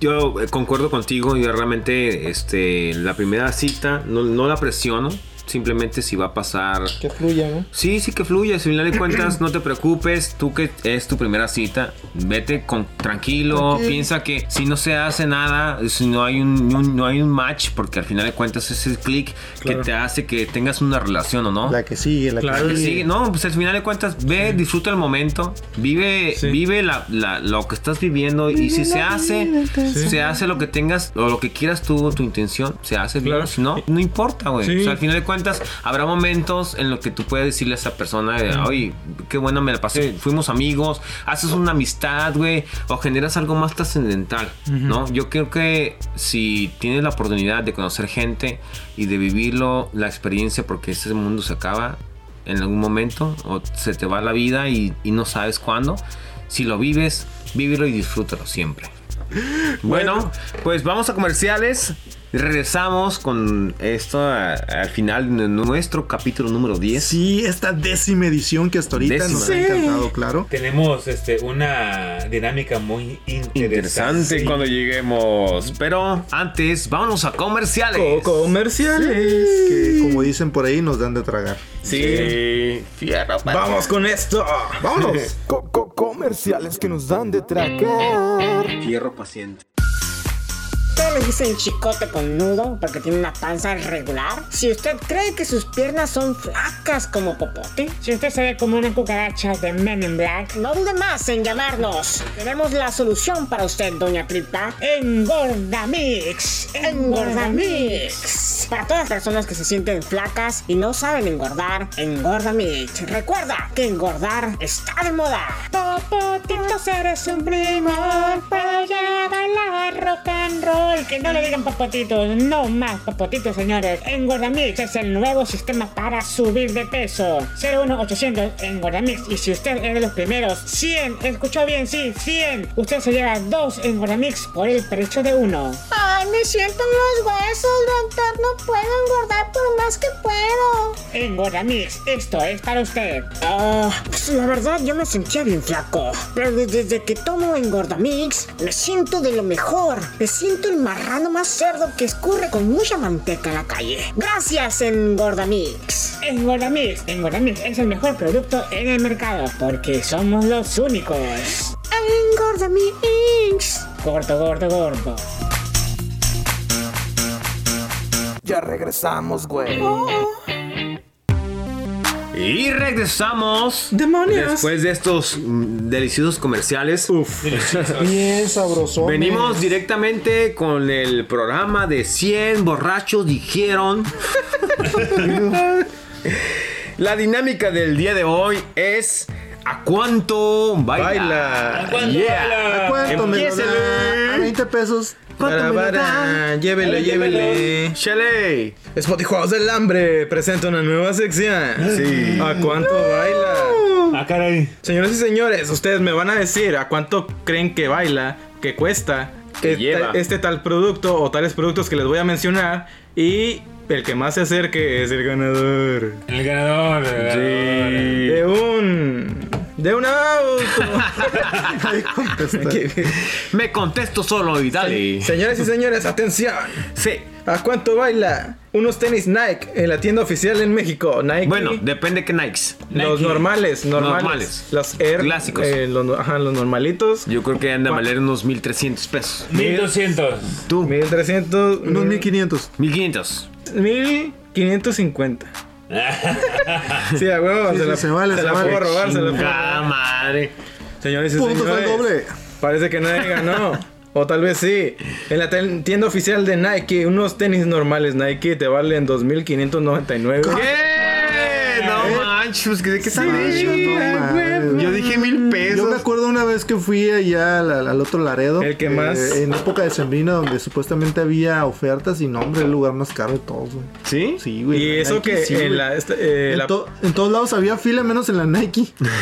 Speaker 8: yo eh, concuerdo contigo. Yo realmente, este, la primera cita no, no la presiono. Simplemente si va a pasar.
Speaker 2: Que fluya, ¿no?
Speaker 8: Sí, sí que fluya. Si al final de cuentas, no te preocupes. Tú que es tu primera cita, vete con tranquilo.
Speaker 2: Tranquilo.
Speaker 8: Piensa que si no se hace nada, si no hay un, ni un- no hay un match, porque al final de cuentas es el clic
Speaker 2: Claro.
Speaker 8: que te hace que tengas una relación o no.
Speaker 2: La que sigue, la
Speaker 8: Claro
Speaker 2: que
Speaker 8: que
Speaker 2: sigue.
Speaker 8: sí. No, pues al final de cuentas, ve, disfruta el momento, vive, vive la, la- lo que estás viviendo y si se hace, se hace lo que tengas o lo que quieras tú, tu intención, se hace bien. Si no, no importa, güey.
Speaker 1: Sí.
Speaker 8: O sea, al final de cuentas, habrá momentos en los que tú puedes decirle a esa persona, eh, oye, qué bueno me la pasé, fuimos amigos, haces una amistad, güey, o generas algo más trascendental,
Speaker 1: Ujú.
Speaker 8: ¿no? Yo creo que si tienes la oportunidad de conocer gente y de vivirlo, la experiencia, porque este mundo se acaba en algún momento, o se te va la vida y, y no sabes cuándo, si lo vives, vívelo y disfrútalo siempre. Bueno, pues vamos a comerciales. Regresamos con esto a- al final de nuestro capítulo número 10.
Speaker 2: Sí, esta décima edición que hasta ahorita
Speaker 8: Décima.
Speaker 2: nos ha
Speaker 8: Sí.
Speaker 2: encantado, claro.
Speaker 3: Tenemos este, una dinámica muy interesante.
Speaker 8: Interesante
Speaker 3: Sí.
Speaker 8: cuando lleguemos. Pero antes, vámonos a comerciales.
Speaker 1: comerciales.
Speaker 2: Que como dicen por ahí, nos dan de tragar.
Speaker 8: Sí. Fierro, padre.
Speaker 1: Vamos con esto.
Speaker 2: ¡Vámonos!
Speaker 11: Comerciales que nos dan de tragar.
Speaker 8: Fierro paciente.
Speaker 12: Todos le dicen chicote con nudo porque tiene una panza regular. Si usted cree que sus piernas son flacas como popote, si usted se ve como una cucaracha de Men in Black, no dude más en llamarnos. Tenemos la solución para usted, Doña Pipa. Engordamix. Engordamix. Para todas las personas que se sienten flacas y no saben engordar, Engordamix. Recuerda que engordar está de moda.
Speaker 10: Popotitos eres un primo para bailar rock and roll.
Speaker 12: Que no le digan papotitos, no más papotitos, señores. Engordamix es el nuevo sistema para subir de peso. 01800 Engordamix. Y si usted es de los primeros 100, escuchó bien, sí, 100. Usted se lleva dos Engordamix por el precio de uno.
Speaker 10: Ay, me siento en los huesos, doctor. No puedo engordar por más que puedo.
Speaker 12: Engordamix, esto es para usted. Ah, pues la verdad yo me sentía bien flaco. Pero de- desde que tomo Engordamix, me siento de lo mejor. Me siento el marrano más cerdo que escurre con mucha manteca en la calle. Gracias, Engordamix. Engordamix, Engordamix es el mejor producto en el mercado porque somos los únicos. Engordamix. Gordo, gordo, gordo.
Speaker 11: Ya regresamos, güey.
Speaker 8: Y regresamos. Después de estos mm, deliciosos comerciales. Uf.
Speaker 2: Bien sabroso.
Speaker 8: Venimos directamente con el programa de 100
Speaker 1: [laughs]
Speaker 8: borrachos dijeron. La dinámica del día de hoy es ¿A cuánto
Speaker 1: Baila.
Speaker 8: baila?
Speaker 2: ¿A cuánto
Speaker 1: baila? ¿A cuánto me lo
Speaker 2: A 20 pesos. ¿Cuánto me lo
Speaker 1: Barabara,
Speaker 2: dan?
Speaker 1: llévele,
Speaker 2: Ay,
Speaker 1: llévele.
Speaker 8: Shelley.
Speaker 1: Spotijuegos del Hambre presenta una nueva sección.
Speaker 2: Sí.
Speaker 1: ¿A cuánto baila? Ah, caray. Señoras y señores, ustedes me van a decir a cuánto creen que baila, que cuesta
Speaker 8: Que
Speaker 1: esta-
Speaker 8: lleva.
Speaker 1: este tal producto o tales productos que les voy a mencionar y el que más se acerque es el ganador.
Speaker 3: El ganador. el ganador.
Speaker 1: De un... De un [laughs] auto.
Speaker 8: Me contesto solo y dale.
Speaker 1: Señoras y señores, atención.
Speaker 8: Sí.
Speaker 1: ¿A cuánto baila? Unos tenis Nike en la tienda oficial en México. Nike.
Speaker 8: Bueno, depende que Nikes.
Speaker 1: Los normales, normales,
Speaker 8: Normales.
Speaker 1: Los Air.
Speaker 8: Clásicos.
Speaker 1: eh, los, no- ajá, los normalitos.
Speaker 8: Yo creo que anda a valer unos 1300 pesos.
Speaker 3: 1200.
Speaker 8: Tú.
Speaker 1: 1300.
Speaker 2: Unos 1500.
Speaker 8: 1500.
Speaker 1: 1550. sí, a huevo.
Speaker 2: Sí,
Speaker 1: se
Speaker 2: sí,
Speaker 1: la,
Speaker 2: se vale,
Speaker 1: se
Speaker 2: se
Speaker 1: la
Speaker 2: vale.
Speaker 1: puedo robar, se la puedo
Speaker 8: Chingada
Speaker 1: robar.
Speaker 8: madre.
Speaker 1: Señores y
Speaker 2: Puntos al
Speaker 1: señores.
Speaker 2: doble.
Speaker 1: Parece que nadie ganó. O tal vez sí. En la tel- tienda oficial de Nike, unos tenis normales Nike te valen 2.599.
Speaker 13: ¿Qué?
Speaker 8: Eh.
Speaker 13: No manches, pues, ¿de qué están
Speaker 2: Ah,
Speaker 13: hechos? No mames. Yo dije mil pesos.
Speaker 2: Yo me acuerdo una vez que fui allá al, al- al otro Laredo. Eh,
Speaker 1: El que más.
Speaker 2: En época de Sembrina, donde supuestamente había ofertas y no, hombre, el lugar más caro de todos, güey.
Speaker 13: ¿Sí?
Speaker 2: Sí, güey.
Speaker 1: Y
Speaker 2: la
Speaker 1: eso que
Speaker 2: sí,
Speaker 1: en
Speaker 2: güey.
Speaker 1: la- esta- eh,
Speaker 2: en,
Speaker 1: la-
Speaker 2: to- en todos lados había fila, menos en la Nike. [laughs]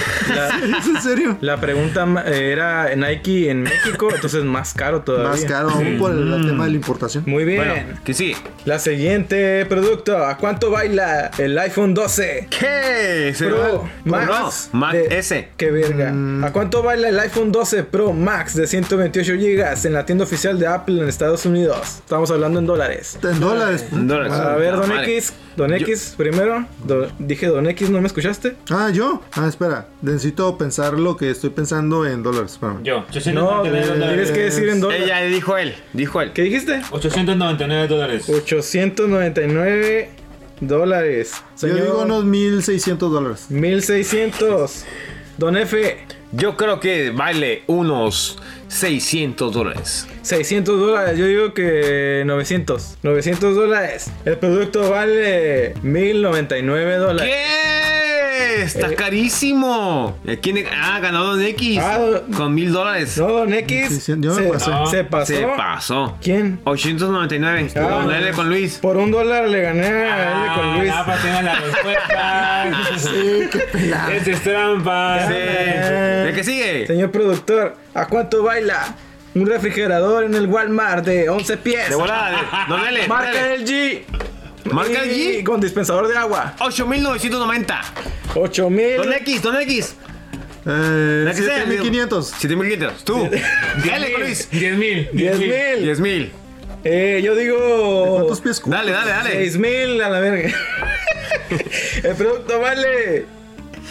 Speaker 2: ¿Es en serio?
Speaker 1: [laughs] La pregunta ma- eh, era Nike en México, entonces más caro todavía. Mm.
Speaker 2: Más caro aún por el, el tema de la importación.
Speaker 1: Muy bien.
Speaker 8: que sí.
Speaker 1: La siguiente producto, ¿a cuánto baila el iPhone 12?
Speaker 13: ¿Qué?
Speaker 8: Se
Speaker 1: Pro
Speaker 8: va-
Speaker 1: Max.
Speaker 8: No, Mac
Speaker 1: de-
Speaker 8: S. Mm.
Speaker 1: Qué verga. ¿A cuánto baila el iPhone 12 Pro Max de 128 GB en la tienda oficial de Apple en Estados Unidos? Estamos hablando en dólares.
Speaker 2: En dólares.
Speaker 8: En dólares. Ah,
Speaker 1: A ver, Don
Speaker 8: Madre.
Speaker 1: X, Don X primero. Do- dije Don X, ¿no me escuchaste?
Speaker 2: Ah, yo. Ah, espera. Necesito pensar lo que estoy pensando en dólares. Espérame.
Speaker 3: Yo,
Speaker 1: No,
Speaker 3: 899
Speaker 1: tienes
Speaker 3: dólares.
Speaker 1: que decir en dólares.
Speaker 13: Ella dijo él. Dijo él.
Speaker 1: ¿Qué dijiste?
Speaker 3: 899 dólares.
Speaker 1: 899 dólares.
Speaker 2: Yo
Speaker 1: Señor,
Speaker 2: digo unos 1600 dólares.
Speaker 1: 1600. Don F,
Speaker 8: Yo creo que vale unos 600 dólares.
Speaker 1: 600 dólares. Yo digo que 900. 900 dólares. El producto vale 1099 dólares.
Speaker 8: ¿Qué? Está
Speaker 1: Eh.
Speaker 8: carísimo. ¿Y ¿Quién ha ganado Don X?
Speaker 1: Ah, don-
Speaker 8: con mil dólares.
Speaker 1: No, Don X.
Speaker 2: Sí, sí, yo me
Speaker 1: se,
Speaker 2: pasé.
Speaker 1: se pasó.
Speaker 8: Se pasó.
Speaker 1: ¿Quién?
Speaker 8: 899.
Speaker 1: Ah,
Speaker 8: Con L con Luis.
Speaker 1: Por un dólar le gané a él con Luis. [laughs]
Speaker 3: Ah, para tener la respuesta.
Speaker 2: Sí, qué pelada.
Speaker 3: Esa es trampa.
Speaker 8: Sí.
Speaker 1: Eh.
Speaker 8: ¿El que sigue?
Speaker 1: Señor productor, ¿a cuánto baila un refrigerador en el Walmart de 11 pies?
Speaker 8: De volada. Don L.
Speaker 1: [laughs] Marca
Speaker 8: dale.
Speaker 1: el G.
Speaker 8: Marca el
Speaker 1: Y
Speaker 8: G.
Speaker 1: Con dispensador de agua.
Speaker 8: 8990.
Speaker 1: 8000.
Speaker 8: Don X, Don X.
Speaker 2: Eh,
Speaker 8: La que sea,
Speaker 2: 7500.
Speaker 8: 7500. Tú. Dale con Luis.
Speaker 3: 10 mil.
Speaker 1: 10 mil.
Speaker 8: 10000.
Speaker 1: Eh, yo digo.
Speaker 2: ¿Cuántos pies cu-
Speaker 8: Dale, dale, dale.
Speaker 1: 6 mil a la verga. El producto vale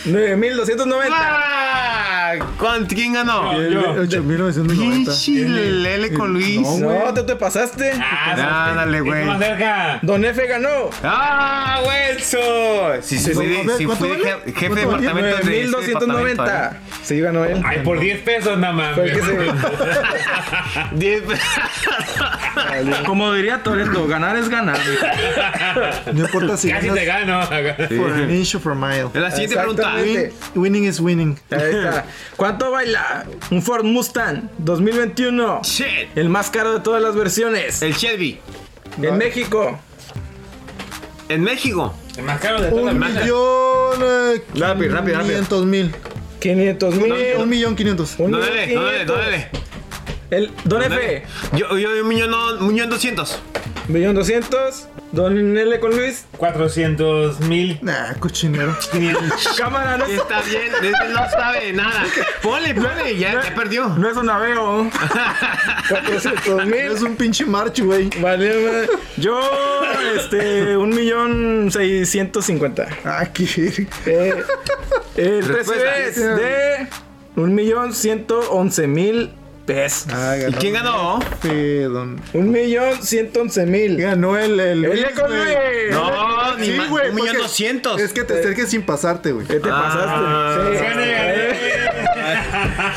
Speaker 1: 9290.
Speaker 8: Ah, ¿cuánto- ¿Quién ganó?
Speaker 2: El-
Speaker 3: Yo.
Speaker 2: 8990.
Speaker 13: Lele con Luis.
Speaker 2: No,
Speaker 1: No,
Speaker 2: güey.
Speaker 1: te, te pasaste.
Speaker 3: Ah,
Speaker 13: Ah, dale, güey.
Speaker 3: más cerca.
Speaker 1: Don F ganó.
Speaker 8: ¡Ah, Wilson! Si,
Speaker 2: Sí,
Speaker 8: fui,
Speaker 2: sí. A ver,
Speaker 8: si
Speaker 2: ¿cuánto
Speaker 8: fui
Speaker 2: vale?
Speaker 8: je- jefe
Speaker 2: ¿Cuánto
Speaker 8: de
Speaker 2: vale?
Speaker 8: departamento de ese departamento,
Speaker 1: 9290. Sí, ganó él.
Speaker 3: Ay, por 10 pesos nada más.
Speaker 1: Fue el que se.
Speaker 8: ¿eh? Diez- [laughs]
Speaker 1: Como diría Toreto, ganar es ganar.
Speaker 2: No importa
Speaker 3: [laughs]
Speaker 2: si
Speaker 3: Casi te
Speaker 2: ganas
Speaker 3: gano.
Speaker 2: por an inch or for a mile.
Speaker 8: La siguiente pregunta.
Speaker 1: Exactamente.
Speaker 2: Winning is winning.
Speaker 1: Ahí está. ¿Cuánto baila un Ford Mustang 2021?
Speaker 8: Shit.
Speaker 1: El más caro de todas las versiones.
Speaker 8: El Shelby.
Speaker 1: En México.
Speaker 8: En México.
Speaker 3: El más caro de todas
Speaker 2: Un
Speaker 3: las
Speaker 2: millón. eh,
Speaker 13: Rápido, rápido, rápido.
Speaker 2: 500 mil.
Speaker 1: 500
Speaker 2: Un
Speaker 1: mil.
Speaker 2: millón 500.
Speaker 1: Un
Speaker 8: No
Speaker 1: millón
Speaker 8: dale, no dale, no
Speaker 1: quinientos.
Speaker 8: dale.
Speaker 1: El Don F.
Speaker 8: Yo, yo, un millón, no, un millón doscientos.
Speaker 1: Millón doscientos. Don L con Luis.
Speaker 3: 400 mil.
Speaker 2: Nah, cochinero.
Speaker 1: Cámara, no es,
Speaker 8: Está bien, este no sabe nada. Ponle, ponle, ya, ya perdió.
Speaker 1: [laughs] no es un naveo. 400 [laughs]
Speaker 2: Es
Speaker 1: mil.
Speaker 2: un pinche march, güey.
Speaker 1: Vale, madre. yo, este, un millón seiscientos cincuenta.
Speaker 2: Ah, qué.
Speaker 1: Eh, El precio
Speaker 8: Respuesta.
Speaker 1: es de un millón ciento once mil pesos.
Speaker 2: Ah,
Speaker 8: ¿Y quién ganó?
Speaker 2: Perdón.
Speaker 1: Un millón ciento once mil.
Speaker 2: Ganó el. El,
Speaker 1: El Eco
Speaker 2: güey.
Speaker 1: Luis.
Speaker 8: No, ni
Speaker 2: Sí,
Speaker 8: más,
Speaker 2: güey,
Speaker 8: un millón
Speaker 2: porque
Speaker 8: doscientos.
Speaker 2: Es que te acerques sin pasarte, güey.
Speaker 1: ¿Qué te [laughs]
Speaker 8: Ah.
Speaker 1: pasaste? Sí.
Speaker 3: Gané,
Speaker 1: Eh,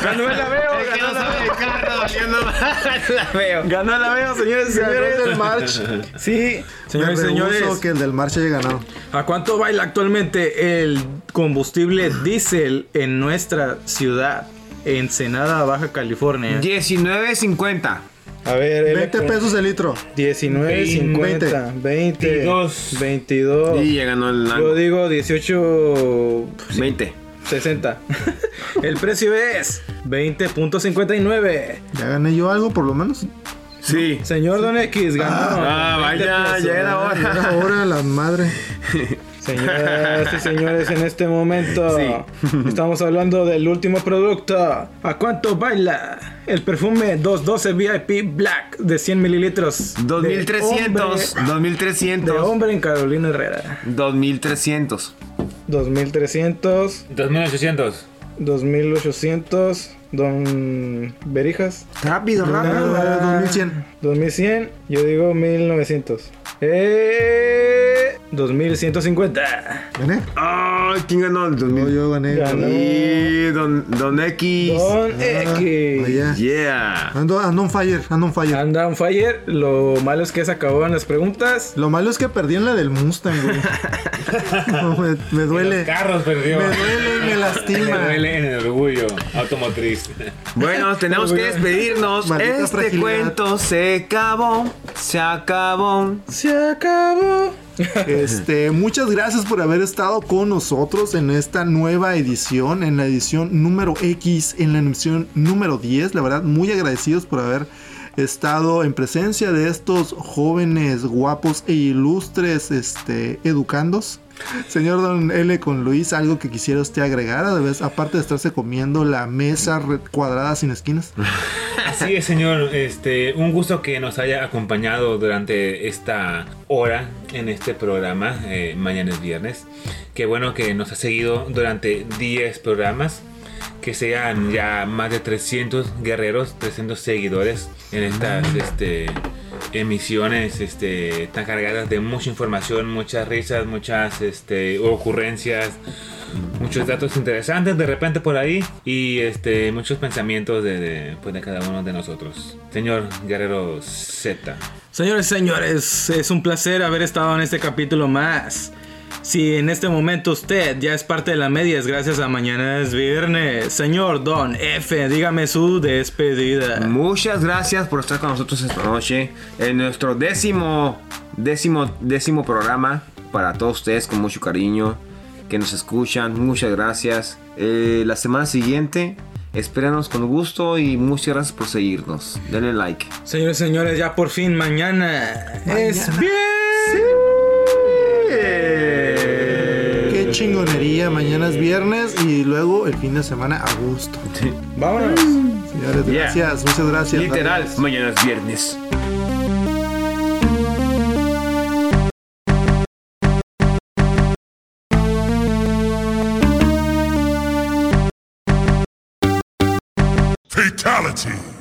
Speaker 1: Ganó el aveo,
Speaker 8: Es que
Speaker 1: ganó
Speaker 8: no
Speaker 1: el
Speaker 8: sabe,
Speaker 1: aveo.
Speaker 8: claro, yo no [laughs] la veo.
Speaker 1: Ganó el aveo, señores y
Speaker 2: Ganó el del
Speaker 1: señores.
Speaker 2: march.
Speaker 1: Sí,
Speaker 2: Me
Speaker 1: señores y
Speaker 2: rehuso
Speaker 1: señores.
Speaker 2: que el del march haya ganado.
Speaker 1: ¿A cuánto baila actualmente el combustible diésel en nuestra ciudad? Ensenada, Baja California.
Speaker 8: 19.50.
Speaker 1: A ver, el
Speaker 2: 20
Speaker 1: Eco.
Speaker 2: pesos el litro.
Speaker 1: 19,
Speaker 2: 20.
Speaker 1: 50, 20,
Speaker 3: 22.
Speaker 1: 22.
Speaker 8: Y ya ganó el
Speaker 1: Yo
Speaker 8: Nango.
Speaker 1: digo 18,
Speaker 8: 20.
Speaker 1: 60. El precio es 20.59.
Speaker 2: Ya gané yo algo, por lo menos.
Speaker 8: Sí.
Speaker 1: Señor Don X ganó.
Speaker 8: Ah, vaya, ya era hora.
Speaker 2: Era hora, la madre.
Speaker 1: Señoras y señores, en este momento estamos hablando del último producto. ¿A cuánto baila el perfume 212 VIP Black de 100 mililitros? de
Speaker 8: 2300,
Speaker 1: hombre- De
Speaker 8: 2300,
Speaker 1: hombre en Carolina Herrera.
Speaker 8: 2300.
Speaker 1: 2300,
Speaker 3: 2800.
Speaker 1: 2800, Don Berijas.
Speaker 13: Rápido, rápido.
Speaker 2: Ah, 2100.
Speaker 1: 2100, yo digo 1900. Eh, 2150.
Speaker 2: ¿Gané?
Speaker 8: ¡Ay! ¿Quién ganó el 2000?
Speaker 2: yo gané.
Speaker 1: Ganó.
Speaker 8: Y don, don X.
Speaker 1: Don X.
Speaker 2: Vaya.
Speaker 8: Yeah.
Speaker 2: Ando, ando on fire, ando on fire.
Speaker 1: Anda un fire. Lo malo es que se acabaron las preguntas.
Speaker 2: Lo malo es que perdí en la del Mustang,
Speaker 13: [laughs]
Speaker 2: güey. [laughs] No, me, me duele.
Speaker 3: Carros perdió.
Speaker 2: Me duele, me lastima.
Speaker 3: [laughs] Me duele en el orgullo automotriz.
Speaker 8: Bueno, tenemos que despedirnos.
Speaker 2: Maldita
Speaker 8: este
Speaker 2: fragilidad.
Speaker 8: cuento se acabó. Se acabó.
Speaker 2: Se acabó. Este, muchas gracias por haber estado con nosotros en esta nueva edición, en la edición número X, en la emisión número 10. La verdad, muy agradecidos por haber estado en presencia de estos jóvenes, guapos e ilustres este, educandos. Señor Don L con Luis, algo que quisiera usted agregar, además, aparte de estarse comiendo la mesa re- cuadrada sin esquinas.
Speaker 3: Así es, señor. Este, un gusto que nos haya acompañado durante esta hora en este programa. eh, mañana es viernes. Qué bueno que nos ha seguido durante 10 programas. Que sean ya más de 300 guerreros, 300 seguidores en estas este, emisiones este, tan cargadas de mucha información, muchas risas, muchas este, ocurrencias, muchos datos interesantes de repente por ahí y este muchos pensamientos de, de, pues, de cada uno de nosotros. Señor Guerrero Z.
Speaker 1: Señores y señores, es un placer haber estado en este capítulo más. Si en este momento usted ya es parte de la media, es gracias a mañana es viernes. Señor Don F, dígame su despedida.
Speaker 8: Muchas gracias por estar con nosotros esta noche en nuestro décimo, décimo, décimo programa para todos ustedes con mucho cariño que nos escuchan. Muchas gracias. Eh, la semana siguiente, espéranos con gusto y muchas gracias por seguirnos. Denle like.
Speaker 1: Señores y señores, ya por fin mañana, es
Speaker 2: Qué chingonería, mañana es viernes y luego el fin de semana a gusto.
Speaker 1: Vámonos.
Speaker 2: Señores,
Speaker 8: Yeah.
Speaker 2: gracias, muchas gracias.
Speaker 8: Literal, mañana es viernes.
Speaker 11: Fatality.